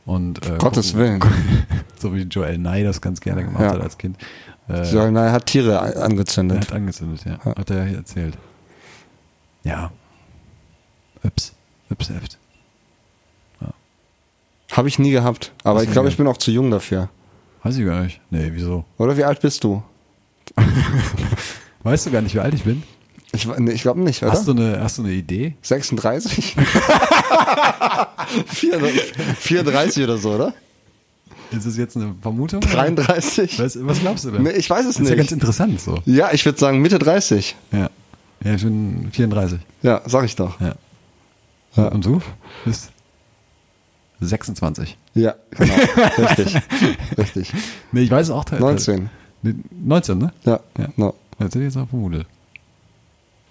Speaker 5: Und, äh,
Speaker 4: Gottes
Speaker 5: gucken-
Speaker 4: Willen.
Speaker 5: so wie Joel Nye das ganz gerne gemacht
Speaker 4: Ja.
Speaker 5: hat als Kind. Äh,
Speaker 4: Ja. Er hat Tiere a-
Speaker 5: er
Speaker 4: angezündet.
Speaker 5: hat angezündet, ja. Hat er ja hier erzählt. Ja. Ups. Ups, heft.
Speaker 4: Habe ich nie gehabt. Aber
Speaker 5: Hast
Speaker 4: ich
Speaker 5: du
Speaker 4: glaube,
Speaker 5: nie
Speaker 4: ich bin auch zu jung dafür.
Speaker 5: Weiß ich gar nicht. Nee, wieso?
Speaker 4: Oder wie alt bist du?
Speaker 5: Weißt du gar nicht, wie alt ich bin?
Speaker 4: Ich, wa- nee, ich glaube nicht, oder?
Speaker 5: Hast du, eine, hast du eine Idee?
Speaker 4: 36? 34 oder so, oder?
Speaker 5: Ist es jetzt eine Vermutung?
Speaker 4: 33?
Speaker 5: Was, was glaubst du denn?
Speaker 4: Nee, ich weiß es
Speaker 5: das Ist ja
Speaker 4: nicht.
Speaker 5: ganz interessant so.
Speaker 4: Ja, ich würde sagen Mitte 30.
Speaker 5: Ja. Ja, ich bin 34.
Speaker 4: Ja, sag ich doch.
Speaker 5: Ja.
Speaker 4: Ja.
Speaker 5: Und du bist 26.
Speaker 4: Ja, genau. Richtig. Richtig.
Speaker 5: Nee, ich weiß es auch teilweise.
Speaker 4: 19.
Speaker 5: Nee, 19, ne?
Speaker 4: Ja,
Speaker 5: Ja.
Speaker 4: no.
Speaker 5: Jetzt hätte ich jetzt auch vermutet.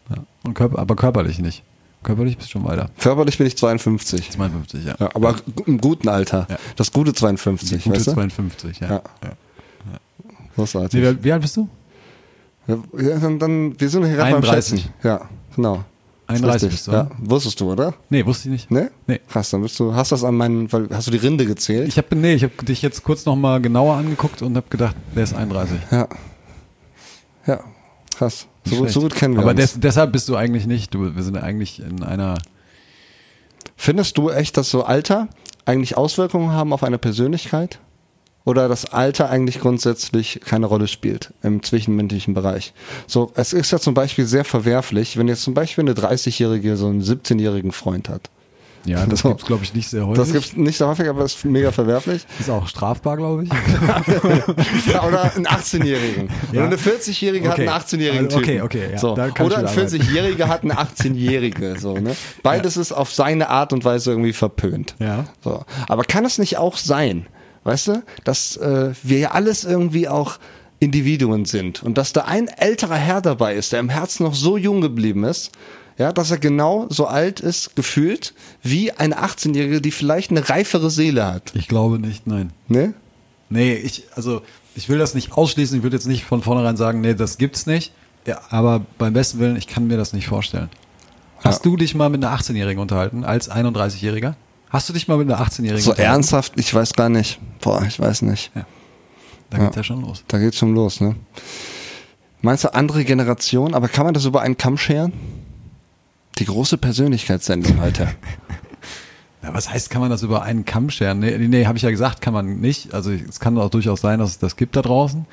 Speaker 5: Ja. Und körper, aber körperlich nicht. Körperlich bist du schon weiter.
Speaker 4: Körperlich bin ich 52.
Speaker 5: 52, ja.
Speaker 4: Ja, aber gu- im guten Alter.
Speaker 5: Ja.
Speaker 4: Das gute 52,
Speaker 5: Gute
Speaker 4: weißt du?
Speaker 5: 52, ja.
Speaker 4: Ja.
Speaker 5: Nee,
Speaker 4: Großartig.
Speaker 5: wie, alt- wie alt bist du?
Speaker 4: ja, dann, dann, wir sind hier gerade beim
Speaker 5: 31.
Speaker 4: Schätzen. Ja, genau. Ist
Speaker 5: 31
Speaker 4: richtig.
Speaker 5: bist du,
Speaker 4: Ja,
Speaker 5: ne?
Speaker 4: wusstest du, oder?
Speaker 5: Nee, wusste ich nicht.
Speaker 4: Ne?
Speaker 5: Nee.
Speaker 4: Krass, dann bist du, hast das an meinen, weil, hast du die Rinde gezählt?
Speaker 5: Ich habe nee, ich hab dich jetzt kurz nochmal genauer angeguckt und habe gedacht, der ist 31.
Speaker 4: ja. Ja, krass. So gut,
Speaker 5: Schlecht.
Speaker 4: so gut kennen wir
Speaker 5: aber
Speaker 4: uns.
Speaker 5: des, deshalb bist du eigentlich nicht. Du, wir sind eigentlich in einer.
Speaker 4: Findest du echt, dass so Alter eigentlich Auswirkungen haben auf eine Persönlichkeit? Oder das Alter eigentlich grundsätzlich keine Rolle spielt im zwischenmenschlichen Bereich? So, es ist ja zum Beispiel sehr verwerflich, wenn jetzt zum Beispiel eine 30-Jährige so einen 17-jährigen Freund hat.
Speaker 5: Ja, das
Speaker 4: So.
Speaker 5: gibt's, glaube ich, nicht sehr häufig.
Speaker 4: Das gibt's nicht so häufig, aber das ist mega verwerflich.
Speaker 5: ist auch strafbar, glaube ich.
Speaker 4: Ja, oder einen 18-Jährigen.
Speaker 5: Ja.
Speaker 4: Oder eine 40-Jährige
Speaker 5: Okay.
Speaker 4: hat einen 18-Jährigen
Speaker 5: Also, okay,
Speaker 4: Typen.
Speaker 5: okay, ja.
Speaker 4: so.
Speaker 5: Da kann ich
Speaker 4: Oder ein
Speaker 5: schon arbeiten.
Speaker 4: 40-Jähriger hat einen 18-Jährige. So, ne? Beides ist auf seine Art und Weise irgendwie verpönt.
Speaker 5: Ja.
Speaker 4: So. Aber kann es nicht auch sein, weißt du, dass äh, wir ja alles irgendwie auch Individuen sind und dass da ein älterer Herr dabei ist, der im Herzen noch so jung geblieben ist, ja, dass er genau so alt ist, gefühlt, wie eine 18-Jährige, die vielleicht eine reifere Seele hat.
Speaker 5: Ich glaube nicht, nein.
Speaker 4: Ne?
Speaker 5: Nee, ich, also ich will das nicht ausschließen. Ich würde jetzt nicht von vornherein sagen, nee, das gibt's nicht. Ja, aber beim besten Willen, ich kann mir das nicht vorstellen. Hast du dich mal mit einer 18-Jährigen unterhalten, als 31-Jähriger? Hast du dich mal mit einer 18-Jährigen
Speaker 4: So
Speaker 5: unterhalten?
Speaker 4: ernsthaft, ich weiß gar nicht. Boah, ich weiß nicht.
Speaker 5: Da geht's ja schon los.
Speaker 4: Da geht's schon los, ne? Meinst du andere Generation, aber kann man das über einen Kamm scheren? Die große Persönlichkeitssendung heute.
Speaker 5: Ja, was heißt, kann man das über einen Kamm scheren? Nee, nee habe ich ja gesagt, kann man nicht. Also es kann auch durchaus sein, dass es das gibt da draußen.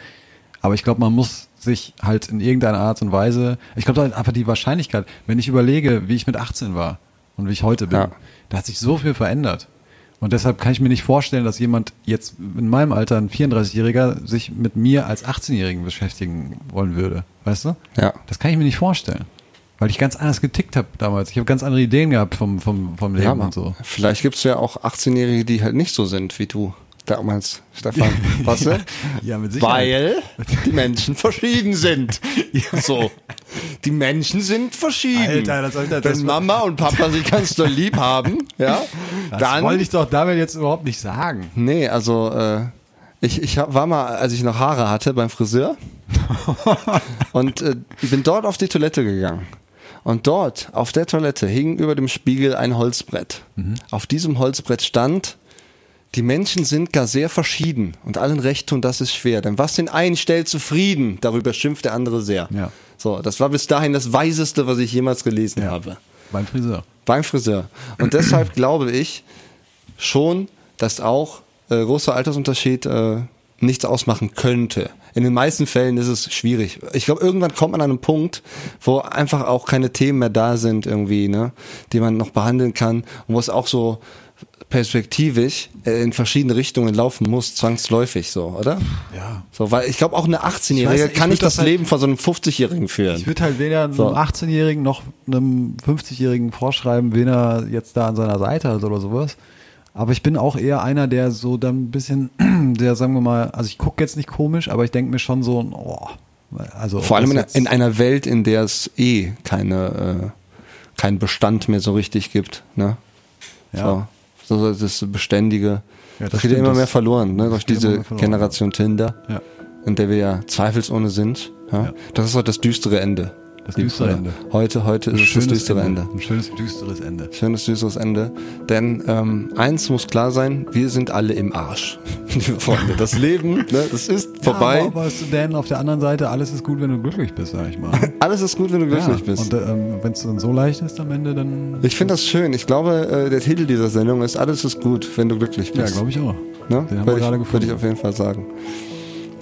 Speaker 5: Aber ich glaube, man muss sich halt in irgendeiner Art und Weise, ich glaube, da ist einfach die Wahrscheinlichkeit, wenn ich überlege, wie ich mit 18 war und wie ich heute bin,
Speaker 4: Ja.
Speaker 5: da hat sich so viel verändert. Und deshalb kann ich mir nicht vorstellen, dass jemand jetzt in meinem Alter, ein 34-Jähriger, sich mit mir als 18-Jährigen beschäftigen wollen würde. Weißt du?
Speaker 4: Ja.
Speaker 5: Das kann ich mir nicht vorstellen. Weil ich ganz anders getickt habe damals. Ich habe ganz andere Ideen gehabt vom, vom, vom Leben und so.
Speaker 4: Vielleicht gibt es ja auch 18-Jährige, die halt nicht so sind wie du damals, Stefan. Weißt du?
Speaker 5: Ja, mit Sicherheit.
Speaker 4: Weil die Menschen verschieden sind. So. Die Menschen sind verschieden.
Speaker 5: Alter, das- Alter, das-
Speaker 4: Wenn Mama und Papa sich ganz doll lieb haben, ja,
Speaker 5: Das
Speaker 4: dann.
Speaker 5: wollte ich doch damit jetzt überhaupt nicht sagen.
Speaker 4: Nee, also äh, ich, ich hab- war mal, als ich noch Haare hatte, beim Friseur und äh, ich bin dort auf die Toilette gegangen. Und dort, auf der Toilette, hing über dem Spiegel ein Holzbrett. Auf diesem Holzbrett stand, die Menschen sind gar sehr verschieden und allen recht tun, das ist schwer. Denn was den einen stellt zufrieden, darüber schimpft der andere sehr.
Speaker 5: Ja.
Speaker 4: So, das war bis dahin das Weiseste, was ich jemals gelesen habe
Speaker 5: Beim Friseur.
Speaker 4: beim Friseur. Und deshalb glaube ich schon, dass auch äh, großer Altersunterschied äh, nichts ausmachen könnte. In den meisten Fällen ist es schwierig. Ich glaube, irgendwann kommt man an einen Punkt, wo einfach auch keine Themen mehr da sind irgendwie, ne, die man noch behandeln kann und wo es auch so perspektivisch äh, in verschiedene Richtungen laufen muss, zwangsläufig so, oder?
Speaker 5: Ja.
Speaker 4: So, weil ich glaube auch eine
Speaker 5: Ich
Speaker 4: 18-Jährige
Speaker 5: weiß, ich
Speaker 4: kann
Speaker 5: würd
Speaker 4: nicht das,
Speaker 5: das halt-
Speaker 4: Leben von so einem 50-Jährigen führen.
Speaker 5: Ich würde halt weder einem
Speaker 4: So.
Speaker 5: 18-Jährigen noch einem 50-Jährigen vorschreiben, wen er jetzt da an seiner Seite hat oder sowas. Aber ich bin auch eher einer, der so dann ein bisschen, der sagen wir mal, also ich gucke jetzt nicht komisch, aber ich denke mir schon so, oh, also
Speaker 4: Vor allem in,
Speaker 5: das jetzt-
Speaker 4: in einer Welt, in der es eh keine, äh, keinen Bestand mehr so richtig gibt. Ne?
Speaker 5: Ja.
Speaker 4: So, so das Beständige.
Speaker 5: Ja, das
Speaker 4: das, geht ja
Speaker 5: stimmt,
Speaker 4: immer
Speaker 5: das-
Speaker 4: mehr verloren, ne? durch
Speaker 5: geht immer
Speaker 4: diese
Speaker 5: mehr verloren,
Speaker 4: Generation Tinder,
Speaker 5: Ja.
Speaker 4: in der wir ja zweifelsohne sind. Ja?
Speaker 5: Ja.
Speaker 4: Das ist halt das düstere Ende.
Speaker 5: Das düstere
Speaker 4: Liebe Freunde.
Speaker 5: Ende.
Speaker 4: Heute, heute ist es das düstere Ende.
Speaker 5: Ein schönes düsteres Ende.
Speaker 4: Schönes düsteres Ende. Denn ähm, eins muss klar sein, wir sind alle im Arsch. Liebe Freunde, das Leben, ne, das ist vorbei.
Speaker 5: Ja, aber, aber weißt du, Dan, auf der anderen Seite, alles ist gut, wenn du glücklich bist, sag ich mal.
Speaker 4: Alles ist gut, wenn du glücklich
Speaker 5: ja.
Speaker 4: bist.
Speaker 5: Und ähm, wenn es dann so leicht ist am Ende, dann.
Speaker 4: Ich finde das schön. Ich glaube, äh, der Titel dieser Sendung ist Alles ist gut, wenn du glücklich
Speaker 5: ja,
Speaker 4: bist.
Speaker 5: glaube ich
Speaker 4: Ne?
Speaker 5: auch. Den haben
Speaker 4: Würde
Speaker 5: wir
Speaker 4: ich,
Speaker 5: gerade
Speaker 4: Würde ich
Speaker 5: gefunden.
Speaker 4: auf jeden Fall sagen.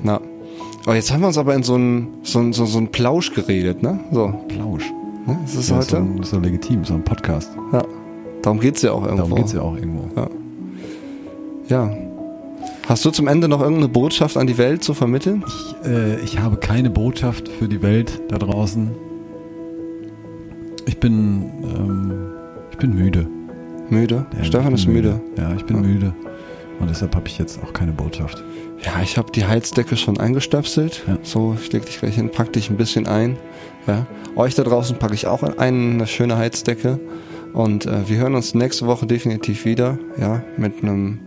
Speaker 4: Na. Aber jetzt haben wir uns aber in so einen so einen- so, so einen Plausch geredet, ne? So.
Speaker 5: Plausch.
Speaker 4: Ne? Ist das
Speaker 5: Ja, ist
Speaker 4: heute? Oh,
Speaker 5: so, ein- ist so legitim, so ein Podcast.
Speaker 4: ja. Darum geht's ja auch irgendwo.
Speaker 5: Darum geht's ja auch irgendwo.
Speaker 4: ja. Hast du zum Ende noch irgendeine Botschaft an die Welt zu vermitteln?
Speaker 5: Ich, äh, ich habe keine Botschaft für die Welt da draußen. Ich bin, ähm, ich bin müde.
Speaker 4: Müde.
Speaker 5: Ja,
Speaker 4: Stefan
Speaker 5: ich
Speaker 4: ist
Speaker 5: bin
Speaker 4: müde.
Speaker 5: Ja, ich bin müde. Und deshalb habe ich jetzt auch keine Botschaft.
Speaker 4: Ja, ich habe die Heizdecke schon eingestöpselt.
Speaker 5: Ja.
Speaker 4: So, ich leg dich gleich hin, pack dich ein bisschen ein. Ja. Euch da draußen packe ich auch ein, eine schöne Heizdecke. Und äh, wir hören uns nächste Woche definitiv wieder, ja, mit einem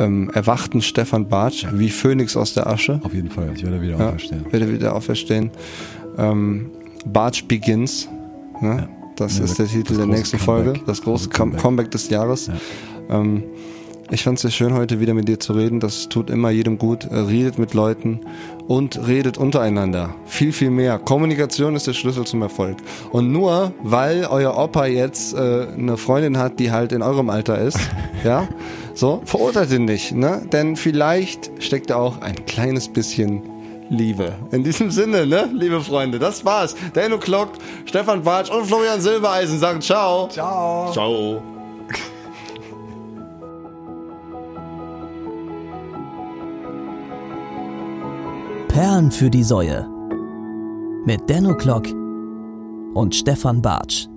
Speaker 4: ähm, erwachten Stefan Bartsch, wie Phönix aus der Asche.
Speaker 5: Auf jeden Fall. Ich werde wieder
Speaker 4: Ja,
Speaker 5: auferstehen.
Speaker 4: Wird er wieder auferstehen. Ähm, Bartsch Begins. Ne?
Speaker 5: Ja.
Speaker 4: Das
Speaker 5: Ja,
Speaker 4: ist der
Speaker 5: das-
Speaker 4: Titel
Speaker 5: das
Speaker 4: der
Speaker 5: große
Speaker 4: nächsten
Speaker 5: Comeback.
Speaker 4: Folge. Das große
Speaker 5: Große
Speaker 4: Com
Speaker 5: Comeback.
Speaker 4: Comeback des Jahres. Ähm, ich fand es sehr schön, heute wieder mit dir zu reden. Das tut immer jedem gut. Äh, Redet mit Leuten und redet untereinander. Viel, viel mehr. Kommunikation ist der Schlüssel zum Erfolg. Und nur weil euer Opa jetzt äh, eine Freundin hat, die halt in eurem Alter ist, ja, so, verurteilt ihn nicht, ne? Denn vielleicht steckt da auch ein kleines bisschen Liebe. In diesem Sinne, ne, liebe Freunde, das war's. Dan O'Clock, Stefan Bartsch und Florian Silbereisen sagen Ciao. Ciao. Ciao.
Speaker 1: Perlen für die Säue. Mit Denno Klock und Stefan Bartsch.